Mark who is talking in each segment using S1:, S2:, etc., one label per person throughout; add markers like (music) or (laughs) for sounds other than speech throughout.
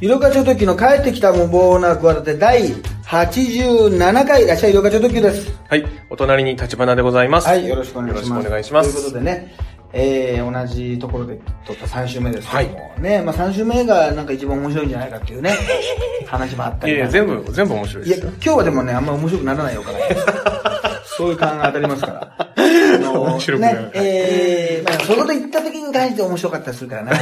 S1: 色課長特急の帰ってきた無謀な企て第87回いらっしゃい色課長特急です。
S2: はい、お隣に立花でございます。
S1: はい、よろしくお願いします。
S2: よろしくお願いします
S1: ということでね、えー、同じところで撮った3週目ですけども、ね、まあ3週目がなんか一番面白いんじゃないかっていう
S2: (laughs)
S1: ね、話もあった
S2: い
S1: り
S2: やいや、
S1: な
S2: 全部、全部面白い
S1: いや、
S2: です
S1: 今
S2: よ。
S1: 日はでもね、あんま面白くならないようか
S2: (laughs)
S1: な。そういう感が当たりますから。あの
S2: 面白くな
S1: ね
S2: る、
S1: えー、まあ、そういうこと言った時に関して面白かったりするから
S2: (laughs)
S1: な。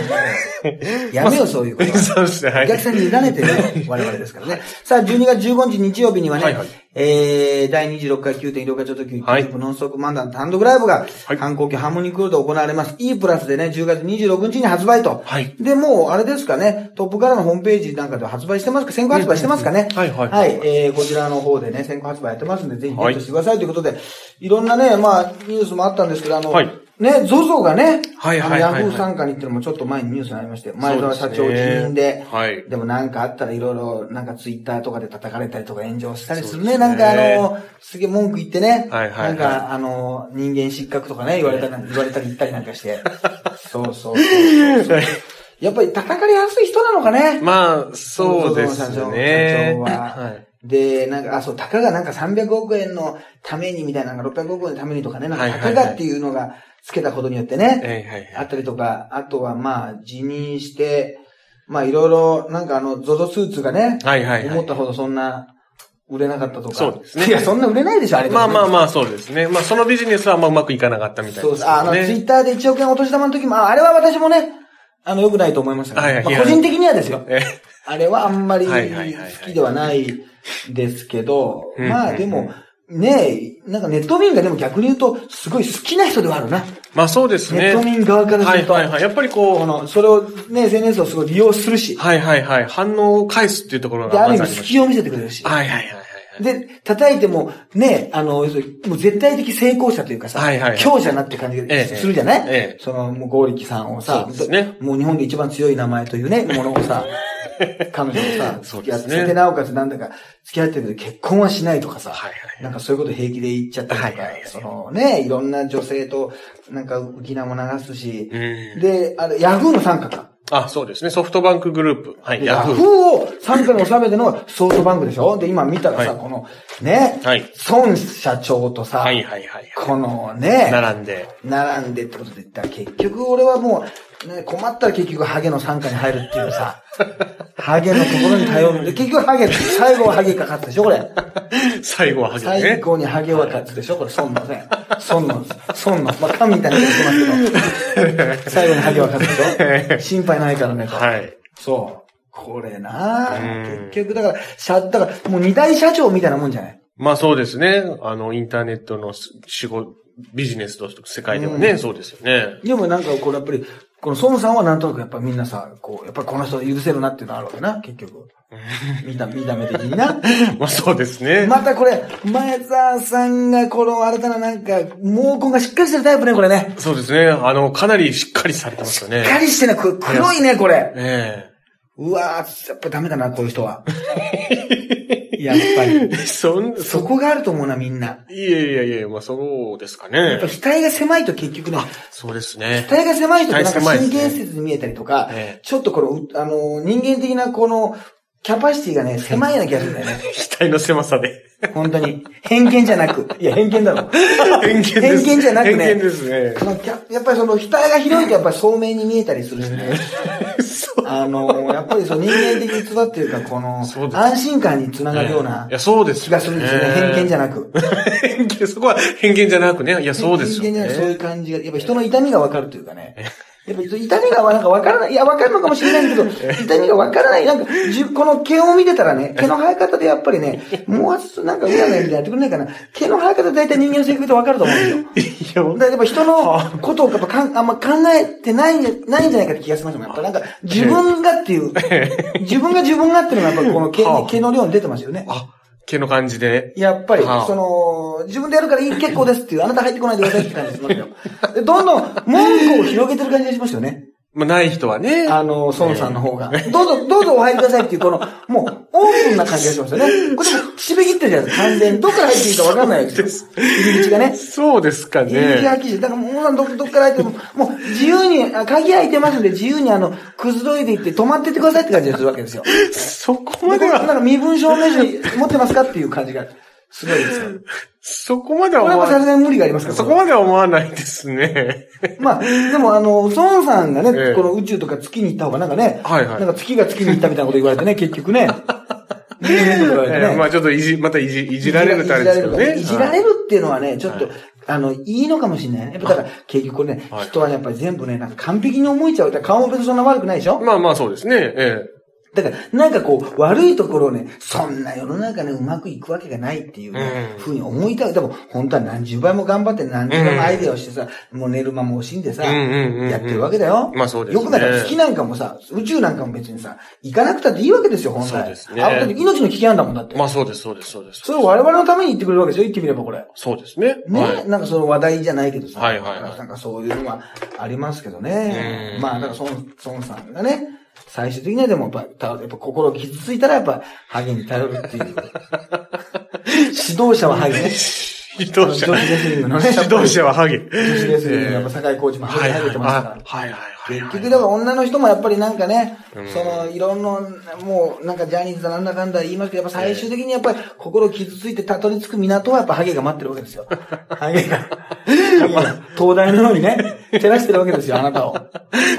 S1: やめよう、そういうことは。
S2: そうですね、は
S1: お客
S2: い。
S1: さんに委ねてね、我々ですから
S2: (laughs)
S1: ね。さあ、12月15日日曜日にはね、
S2: はいはい
S1: えー、第26回9.16課長特急
S2: はい
S1: 90分ノンストップ漫談単独ライブが、
S2: はい
S1: 観光機ハーモニックロールで行われます。E プラスでね、10月26日に発売と。
S2: はい
S1: で、もう、あれですかね、トップからのホームページなんかで発売してますか先行発売してますかね。
S2: うんうんうんはい
S1: は
S2: はいい。
S1: えー、こちらの方でね、先行発売やってますんで、ぜひゲ
S2: は
S1: ッ
S2: い
S1: トしてくださいということで、いろんなね、まあ、ニュースもあったんですけど、あの、
S2: はい
S1: ね、ZOZO がね、
S2: はいはいはいはい
S1: あのヤフー参加にっていうのもちょっと前にニュースになりまして、前澤社長
S2: そうですね
S1: 辞任で、
S2: はい
S1: でもなんかあったらいろいろ、なんかツイッターとかで叩かれたりとか炎上したりするね。
S2: そうですね
S1: なんかあの、すげえ文句言ってね。
S2: はいはい
S1: な
S2: はい
S1: んかあの、人間失格とかね、言われ
S2: (laughs)
S1: たり、言われたり言ったりなんかして。そうそうそうそうやっぱり叩かれやすい人なのかね。
S2: まあ、そうですね。
S1: そうそうそう社長は
S2: はい。
S1: で、なんか、あ、そう、たかがなんか300億円のためにみたいな、なんか600億円のためにとかね、なんか、
S2: はい
S1: た
S2: はい
S1: か
S2: はい
S1: がっていうのがつけたことによってね、
S2: ええはい
S1: あ
S2: はい。
S1: ったりとか、あとはまあ、辞任して、まあいろいろ、なんかあの、ゾゾスーツがね、
S2: はいはいはい
S1: 思ったほどそんな、売れなかったとか。
S2: そうですね
S1: いや、そんな売れないでしょ、あれ
S2: まあまあ
S1: あ。
S2: まあ、そうですね。まあ、そのビジネスはあんまうまくいかなかったみたい
S1: そう
S2: で
S1: ですす。ああの、ツイ
S2: ね。
S1: ッターで1億円お年玉の時も、ああれは私もね、あの、良くないと思いましたから、
S2: はいはい
S1: まあ
S2: 批
S1: 個
S2: 判
S1: 人的にはですよ。
S2: え
S1: あれはあんまり好
S2: はいはいはいはい
S1: きではないですけど、
S2: うん
S1: まあでも、ねえ、なんかネット民がでも逆に言うと、すごい好きな人ではあるな。
S2: まあそうです
S1: ネ
S2: ね。
S1: ット民側からす
S2: は
S1: る
S2: い
S1: と。
S2: はいはい。やっぱり
S1: こ
S2: こう、
S1: の、それをね、SNS をすごい利用するし、
S2: はいはいはい。反応を返すっていうところ
S1: で、
S2: が
S1: ある
S2: ま
S1: 意
S2: ずあり
S1: 味
S2: まし。、
S1: 隙を見せてくれるした
S2: はいはいはいはい。
S1: で、叩いても、ね、あの、要するにもう絶対的成功者というかさ、
S2: はいはいはい
S1: 強者なって感じが
S2: ええ
S1: するじゃない、
S2: ええ
S1: その、もう、ゴーリキさんをさ、
S2: そうですね
S1: もう日本で一番強い名前というね、ものを
S2: (laughs)
S1: さ、彼女をさ、
S2: そ
S1: 付
S2: う
S1: き
S2: で
S1: 合っ
S2: す
S1: て、
S2: ね
S1: なおかつなんだか付き合ってるけど結婚はしないとかさ、
S2: はいはい
S1: なんかそういうこと平気で言っちゃったりとか、
S2: はいはいはい
S1: そのね、いろんな女性と、なんか浮き名も流すし、
S2: うん
S1: で、あれ、ヤフーの参加か。
S2: あ、そうですね。ソフトバンクグループ。はい、
S1: ヤ
S2: ヤ
S1: フ
S2: フ
S1: ー
S2: ー。
S1: を参加に収めてのがソフトバンクでしょで、今見たらさ、
S2: はい
S1: この、ね、
S2: はい
S1: 孫社長とさ、
S2: はいはいはい。
S1: このね、
S2: 並んで。
S1: 並んでってことで言ったら結局俺はもう、ね、困ったら結局ハゲの参加に入るっていうさ、
S2: (laughs)
S1: ハゲのところに頼るんで、結局ハゲって、最後はハゲかかったでしょこれ。
S2: 最後はハゲ
S1: 最
S2: ね。
S1: 後にハゲは勝つでしょこれ、孫のね。孫の、孫の、まあ、神みたいなこと言ってますけ
S2: (laughs)
S1: ど、最後にハゲは勝つでしょ心配ないからね、と。
S2: はい。
S1: そう。これなあ
S2: うん
S1: 結局、だから、社、だから、もう二大社長みたいなもんじゃない
S2: まあそうですね。あの、インターネットのす仕事、ビジネスと世界ではね、
S1: うん
S2: そうですよね。 (laughs)
S1: でもなんか、これやっぱり、この孫さんはなんとなくやっぱみんなさ、こう、やっぱりこの人許せるなっていうのあるわけな、結局。見た、見た目的に
S2: (laughs)
S1: な。
S2: まあそうですね。
S1: またこれ、前澤さんがこの新たななんか、毛根がしっかりしてるタイプね、これね。
S2: そうですね。あの、かなりしっかりされてますよ
S1: しっか
S2: ね。
S1: りしてね、これ黒いね、これ。
S2: え
S1: うわぁ、やっぱダメだな、こういう人
S2: (laughs)
S1: は。やっぱり。
S2: えそん、そ、
S1: そこがあると思うな、みんな。
S2: いやいやいや、まあそうですか
S1: やっ
S2: ね
S1: ぱ。額が狭いと結局ね、
S2: そうですね。
S1: 体が狭い人ってなんか
S2: 体狭いで
S1: 神
S2: すね
S1: 経質に見えたりとか、
S2: ええ
S1: ちょっとこの、うあの、人間的なこの、キャパシティがね、狭いような気がするんだよね。
S2: 額の狭さで。
S1: 本当に。偏見じゃなく。いや、偏見だろ。
S2: 偏見です。
S1: (laughs) 偏見じゃなくね
S2: 偏見ですね。
S1: そのキャやっぱりその、額が広いとやっぱり聡明に見えたりするんで、
S2: そ
S1: (laughs)
S2: う
S1: あの、やっぱりその人間的器っていうか、この
S2: そう、です
S1: 安心感につながるようない
S2: や、そうです
S1: 気
S2: よ
S1: がするんですよね。偏見じゃなく。
S2: 偏見、 (laughs) そこは偏見じゃなくね。いや、そうですよ
S1: 人間じゃないそうい
S2: ね。
S1: う感じが、やっぱ人の痛みがわかるというかね。やっぱ痛みがなんかわからない、いや、わかるのかもしれない
S2: (laughs)
S1: けど、痛みがわからない、なんか、じゅこの毛を見てたらね、毛の生え方でやっぱりね、もうちょっとなんか、うやなやつやってくれないかな。毛の生え方で大体人間の性格でわかると思うんですよ。だからやっぱ人のことをやっぱかんあんま考えてないんじゃ、ないんじゃないかって気がしますもん。やっぱなんか、自分がって
S2: (laughs)
S1: いう、自分が自分がっていうのがやっぱこの毛
S2: はあ
S1: 毛の量に出てますよね。
S2: あ、毛の感じで。
S1: やっぱり、
S2: はあ
S1: その、自分でやるからいい、結構ですっていう、あなた入ってこないでくださいって感じしますよ。でどんどん、文句を広げてる感じがしますよね。
S2: まあ、ない人はね。
S1: あの、孫さんの方が。どうぞ、どうぞお入りくださいっていう、この、もう、オープンな感じがしますよね。これ、しべ切ってるじゃないですか、完全に。どっから入っていいかわかんないわけですよ。入り口がね。
S2: そうですかね。
S1: 入り口開きだから、もう、ど、どっから入っても、もう、自由に、あ鍵開いてますんで、自由に、あの、くずどいでいって、止まってってくださいって感じがするわけですよ。
S2: そこ
S1: こ
S2: ま
S1: れ
S2: で
S1: なん
S2: は、
S1: か身分証明書に持ってますかっていう感じが、すごいですよ。
S2: そこまでは
S1: これ
S2: 思
S1: は
S2: わ
S1: さ
S2: な
S1: す
S2: い。
S1: がに無理がありますから。
S2: そこまでは思わないですね。
S1: まあ、でもあの、孫さんがね、
S2: ええ
S1: この宇宙とか月に行った方がなんかね、
S2: はいはい
S1: なんか月が月に行ったみたいなこと言われて
S2: (laughs)
S1: ね、結局ね。人間とか言われてね
S2: えーまあちょっといじ、またいじ、いじられるとあれですけどね。
S1: いじら
S2: はい
S1: れるっていうのはね、ちょっと、あの、いいのかもしれないね。やっぱだから、結局これね、
S2: はい
S1: 人はねやっぱり全部ね、なんか完璧に思えちゃう。だから顔も別にそんな悪くないでしょ
S2: まあまあそうですね。え
S1: だから、なんかこう、悪いところをね、そんな世の中ね、うまくいくわけがないっていうね、
S2: うん
S1: ふうに思いたい。でも、本当は何十倍も頑張って、何十倍もアイデアをしてさ、もう寝る間も惜しんでさ、
S2: うんうんうんうん
S1: やってるわけだよ。
S2: まあそうですね
S1: よくだから月なんかもさ、宇宙なんかも別にさ、行かなくたっていいわけですよ、本来。
S2: そうですね
S1: あだって命の危険なんだもんだって。
S2: えまあそうです、そうです、そうです。
S1: それを我々のために言ってくれるわけでしょ言ってみればこれ。
S2: そうですね。
S1: ね、
S2: はい。
S1: なんかその話題じゃないけどさ。
S2: はいはいはい
S1: なんかそういうのはありますけどね。
S2: うん
S1: まあ、だから孫、孫さんがね、最終的にはでもやっぱ、たやっぱ心が傷ついたらやっぱ、ハゲに頼るっていう。
S2: (laughs)
S1: 指導者はハゲね。
S2: 指導者。
S1: (laughs) 女子レスリングの
S2: (laughs)
S1: ね
S2: 指導者はハゲ。
S1: 女子レスリングのやっぱ、坂井コーチもハゲ、ハゲてますから。
S2: はいはいはい。
S1: 結局だから女の人もやっぱりなんかね
S2: うん、
S1: そのいろんな、もうなんかジャニーズだなんだかんだ言いますけど、やっぱ最終的にやっぱり心傷ついてたどり着く港はやっぱハゲが待ってるわけ
S2: (laughs)
S1: ですよ。ハゲが。灯台のようにね、照らしてるわけですよ、あなたを。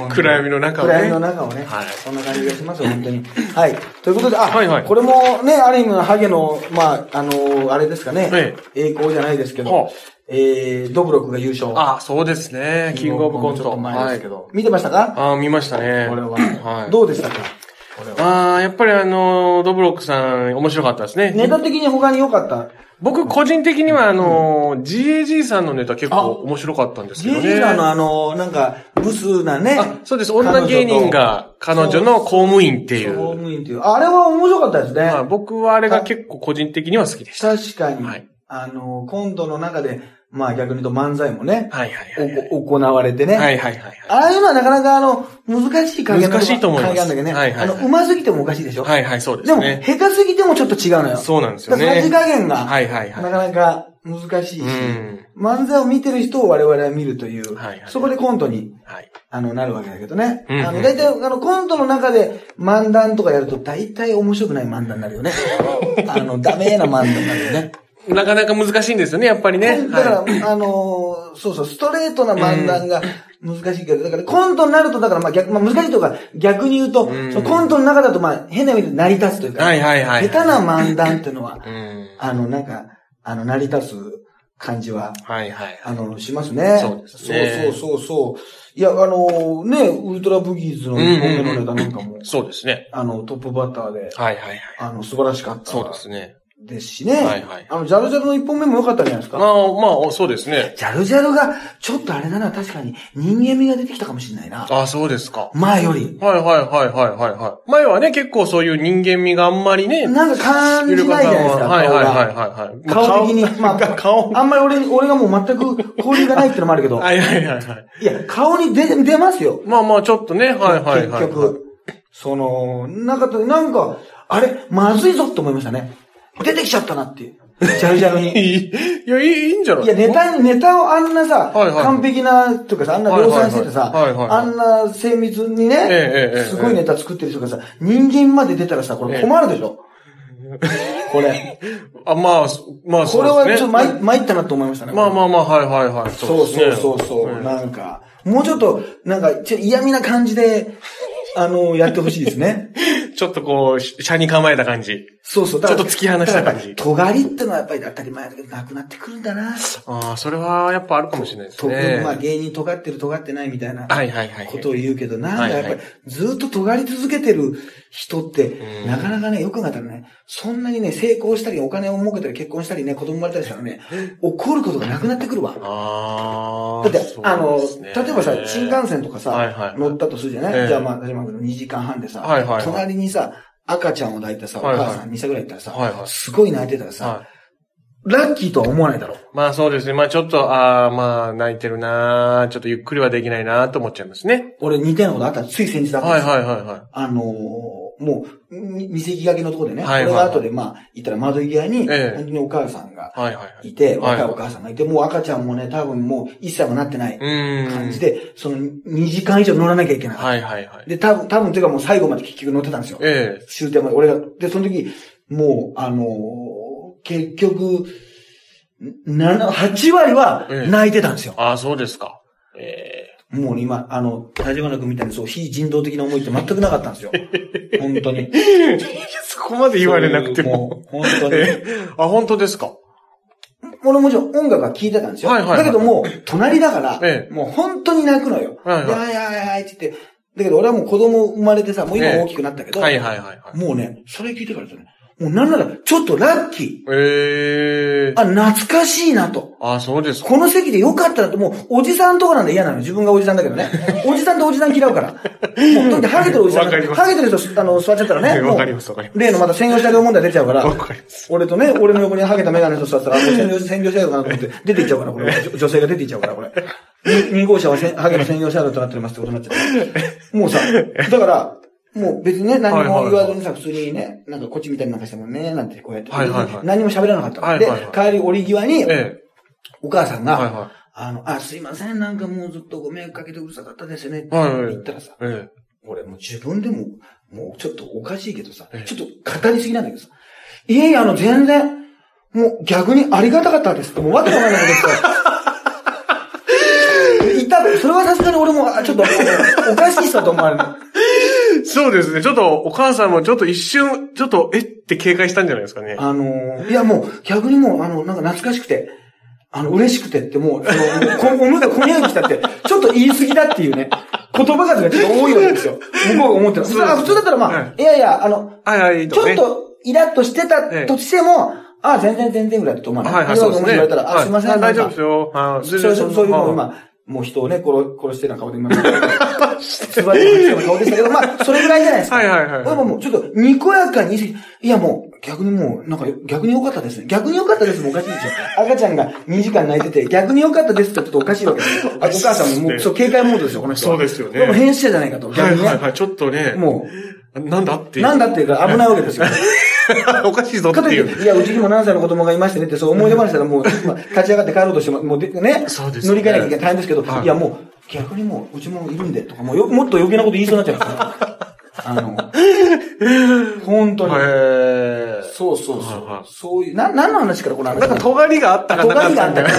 S2: 暗闇の中をね
S1: 暗闇の中をね。
S2: はい
S1: そんな感じがしますよ、本当に。はい。ということで、あ、
S2: はいはい
S1: これもね、ある意味のハゲの、まあ、あのあれですかね、
S2: え
S1: 栄光じゃないですけ
S2: は
S1: ど
S2: あ、
S1: えー、ドブロクが優勝。
S2: あ、そうですね。キングオブコン
S1: ちょっ
S2: ト。
S1: と前ですけ
S2: はい
S1: ど。見てましたか
S2: ああ、見ましたね。
S1: これは。
S2: はい。
S1: どうでしたかこれは。
S2: ああ、やっぱりあのー、ドブロックさん、面白かったですね。
S1: ネタ的に他に良かった。
S2: 僕、個人的にはあのー、GAG さんのネタ結構面白かったんですけ
S1: ジェ
S2: ど
S1: リー
S2: ね。
S1: ラのあの、なんか、ブスなね。
S2: あ、そうです。女芸人が彼女の公務員ってい
S1: 公
S2: う。
S1: 務員っていう。あれは面白かったですね
S2: ま。あ、僕はあれが結構個人的には好きでした。
S1: 確かに
S2: はい。
S1: あの、今度の中で、まあ逆に言うと漫才もね、
S2: はいはいはいはい。
S1: おこ行われて
S2: は
S1: ね。
S2: いはいはい
S1: ああいうのはなかなかあの、難しい加減の
S2: 難しいと思います
S1: 加減なんだけど
S2: は
S1: ね。
S2: いは
S1: あ
S2: い
S1: の、上手すぎてもおかしいでしょ
S2: はい。はいはい、そうで
S1: ですも、
S2: ね。
S1: 下手すぎてもちょっと違うのよ。
S2: そうなんですよね
S1: だからさじ加減が、
S2: はいはいはい
S1: なかなか難しいし、
S2: うん
S1: 漫才を見てる人を我々は見るという、
S2: はいはい
S1: そこでコントに、
S2: はい。
S1: あの、なるわけだけどね。
S2: うんうん
S1: あの、大体、あの、コントの中で漫談とかやると、大体面白くない漫談になるよ
S2: (laughs)
S1: ね。あの、ダメな漫談になるよね。
S2: なかなか難しいんですよね、やっぱりね。
S1: だから、
S2: は
S1: あのーそうそう、ストレートな漫談が難しいけど、だからコントになると、だからまあ逆、まあ難しいとか、逆に言うと、
S2: うん
S1: そのコントの中だとまあ変な意味で成り立つというか、
S2: はいはいはい
S1: 下手な漫談っていうのは、
S2: い。うん。
S1: あの、なんか、あの、成り立つ感じは、
S2: はいはい。
S1: あの、しますね。
S2: そうですね
S1: そうそうそうそう。いや、あのーね、ウルトラブギーズの
S2: うんうんうん
S1: 2本目のネタなんかも、
S2: そうですね。
S1: あの、トップバッターで、
S2: はいはいはい。
S1: あの、素晴らしかった。
S2: そうですね。
S1: ですしね。
S2: はいはい
S1: あの、ジャルジャルの1本目も良かったんじゃないです
S2: ま
S1: か。
S2: あまあ、そうですね。
S1: ジャルジャルが、ちょっとあれだな、確かに人間味が出てきたかもしれないな。
S2: あそうですか。
S1: 前より。
S2: はいはいはいはいはいはい。前はね、結構そういう人間味があんまりね、
S1: なんか感じないじゃないですか。
S2: はいはいはい
S1: 顔が
S2: は
S1: 顔
S2: いはい。
S1: 的に、まあ、
S2: 顔。
S1: あんまり俺に、俺がもう全く交流がないってのもあるけど、
S2: はいはいはいはい。
S1: いや、顔に出、出ますよ。
S2: まあまあ、ちょっとね、はいはいはい。
S1: 結局、その、なんか、なんか、あれ、まずいぞって思いましたね。出てきちゃったなっていう。ジャルジャル
S2: い (laughs)
S1: に。
S2: い、いや、いいいいんじゃない
S1: いや、ネタ、ネタをあんなさ、
S2: はいはい
S1: 完璧な、というかさ、あんな量産しててさ、
S2: はいはいはいはいはい
S1: あんな精密にね、
S2: ええええ
S1: すごいネタ作ってる人がさ、人間まで出たらさ、これ困るでしょ、これ。
S2: あ、まあ、そまあ、そ
S1: こ
S2: う
S1: れ
S2: ですね。
S1: はちょっと参参ったなと思いましたね。
S2: まあまあまあ、はいはいはい。
S1: そう
S2: です
S1: そ
S2: ね
S1: うそうそう、なんか、もうちょっと、なんか、ちょっと嫌味な感じで、あの、やってほしいですね。
S2: ちょっとこう、車に構えた感じ。
S1: そうそう。
S2: ちょっと突き放した感じ
S1: だから尖りってのはやっぱり当たり前だけど、なくなってくるんだな。
S2: ああ、それはやっぱあるかもしれないです
S1: とまあ
S2: ね。
S1: 芸人尖ってる尖ってないみたいな
S2: はいはいはい。
S1: ことを言うけど、なんか
S2: はいは
S1: や
S2: い
S1: っぱりずっと尖り続けてる人って
S2: う、ん
S1: なかなかね、よく考えたらね、そんなにね、成功したり、お金を儲けたり、結婚したりね、子供生まれたりしたらね、怒ることがなくなってくるわ。
S2: あ
S1: だ
S2: あ。
S1: って
S2: そ、
S1: あの
S2: うです、ね
S1: 例えばさ、新幹線とか
S2: はいはいは
S1: さ
S2: い、
S1: 乗ったとするじゃな
S2: え
S1: い
S2: え
S1: じゃあまあ、私も2時間半でさ
S2: はいはいは、い
S1: 隣にさ、赤ちゃんを抱いてさ、お
S2: はいはい
S1: 母さん2歳ぐらい行ったら
S2: はい
S1: さ
S2: は、い
S1: すごい泣いてたらさ
S2: は、
S1: ラッキーとは思わないだろう。
S2: まあそうですね。まあちょっと、ああ、まあ泣いてるなーちょっとゆっくりはできないなーと思っちゃいますね。
S1: 俺似たようなことあったつい先日だったん
S2: は
S1: で
S2: い
S1: すよ
S2: はいはいは
S1: あのーもう、み見せきがけのところでね、
S2: はいはい
S1: 俺が後でまあ、行ったら窓際に、
S2: ええ
S1: 本当にお母さんが
S2: い。はいはいはい。
S1: いて、
S2: はい
S1: 若いお母さんがいて、もう赤ちゃんもね、多分もう一歳もなってないう
S2: ーん。
S1: 感じ。で、その2時間以上乗らなきゃいけない。
S2: はいはいはい。
S1: で、多分、多分っていうかもう最後まで結局乗ってたんですよ。
S2: ええ
S1: 終点まで。俺が、で、その時、もう、あのー結局、7、8割は
S2: ええ
S1: 泣いてたんですよ。
S2: ああ、そうですか。え
S1: (laughs) もう今、あの、立花君みたいにそう、非人道的な思いって全くなかったん
S2: (laughs)
S1: ですよ。本当に。
S2: えそこまで言われなくても。。
S1: う本当に。
S2: ええあ、本当ですか。
S1: 俺もちろん音楽は聴いてたんですよ。
S2: はいはいはい
S1: だけどもう、隣だから、
S2: え
S1: もう本当に泣くのよ。
S2: はいはい
S1: やいやいやいって言って。だけど俺はもう子供生まれてさ、もう今大きくなったけど、
S2: はいはいはいはい。
S1: もうね、それ聞いてからですね、もうなんなら、ちょっとラッキ
S2: ええ
S1: ー。あ、懐かしいなと。
S2: ああ、そうですか。
S1: この席でよかったなって、もう、おじさんとかなんで嫌なの。自分がおじさんだけ
S2: (laughs)
S1: どね。おじさんとおじさん嫌うから。もう、とにかくハゲてるおじさん
S2: わ
S1: が。
S2: かります
S1: ハゲてる人、あの、座っちゃったらね。
S2: ええ
S1: もう
S2: わかりますわかりま
S1: 例のまた専用車両問題出ちゃうから。
S2: わかります。
S1: 俺とね、俺の横にハゲたメガネの人座ってたら、もう専用専用車両かなと思って、出ていっちゃうか
S2: (laughs)
S1: ら、これ。女女性が出ていっちゃうから、これ。に二号車はせんハゲの専用車両となっておりますってことになっちゃう。もうさ、だから、もう別にね、何も言わずにさ、普通にね、なんかこっちみたいになんかしてもね、なんてこうやって。
S2: はいはいはい
S1: 何も喋らなかったの。
S2: はいはいは
S1: で、帰り折り際に、
S2: え
S1: お母さん
S2: え
S1: が、
S2: はいは
S1: あの、あ、すいません、なんかもうずっとご迷惑かけてうるさかったですね。って
S2: い。はいはい
S1: 言ったらさ、。
S2: え
S1: 俺もう自分でも、もうちょっとおかしいけどさ
S2: ええ、
S1: ちょっと語りすぎなんだけどさ、いえいえ、あの、全然、もう逆にありがたかったですって、もうわけわかんないこと言って
S2: (laughs)
S1: た。言ったそれはさすがに俺も、あちょっと、おかしい人だと思われる。
S2: えそうですね。ちょっとお母さんもちょっと一瞬、ちょっと、えって警戒したんじゃないですかね。
S1: あのーいやもう、逆にもう、あの、なんか懐かしくて、あの、嬉しくてって、もう、その、こお胸がこみ上げてきたって、ちょっと言い過ぎだっていうね、言葉数がちょっと多いわけですよ。向こうが思ってる。普通あ普通だったらまあ、、
S2: はい
S1: やいや、あの、
S2: はいはい、
S1: ちょっ
S2: ね。
S1: と、イラッとしてたとしても、ああ、全然全然ぐらいだと思わない。
S2: はいはい、そうですね。
S1: 言われたら、あ、すいません、
S2: は
S1: ないんか
S2: 大丈夫ですよ。あ全
S1: そう
S2: 然
S1: そうそういうのを
S2: は
S1: 今、もう人をね、殺殺してる
S2: (laughs)
S1: よう (laughs) な顔で今、すばらしい人の顔でしたけど、まあ、それぐらいじゃないですか。
S2: はいはいはい
S1: 俺ももう、ちょっと、にこやかに言い過ぎ、いやもう、逆にもう、なんか、逆に良かったですね。逆に良かったですもおかしいでしょ。赤ちゃんが2時間泣いてて、逆に良かったですってちょっとおかしいわけですよ。あお母さんももう、そう、警戒モードですよ、この人は。
S2: そうですよね
S1: でも編集者じゃないかと。
S2: は
S1: 逆
S2: い
S1: に
S2: はい
S1: ね。
S2: はい、ちょっとね。
S1: も
S2: う。なんだって
S1: う、
S2: いう。
S1: なんだっていうか危ないわけですよ。
S2: (laughs) おかしいぞって
S1: かと
S2: い
S1: いって、
S2: う。
S1: いや、うちにも何歳の子供がいましてねって、そう思い出話したら
S2: (laughs)
S1: もう、今、立ち上がって帰ろうとしても、もうでね、
S2: そうです
S1: 乗
S2: ね
S1: り換えなきゃいけない大変ですけど、
S2: はい
S1: い、や、もう、逆にもう、うちもいるんで、とか、もうよ、もっと余計なこと言いそうになっちゃうから。あの、本当に。
S2: へー
S1: そうそうそ。
S2: はいはいう
S1: そういう、な、何の話からこの話
S2: なんか、尖りがあったかなかったみたいな。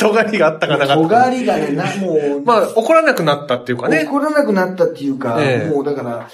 S2: 尖りがあったかなかった。
S1: 尖りがね、な、もう、
S2: まあ、怒らなくなったっていうかね。
S1: 怒らなくなったっていうか、
S2: ええ
S1: もうだから、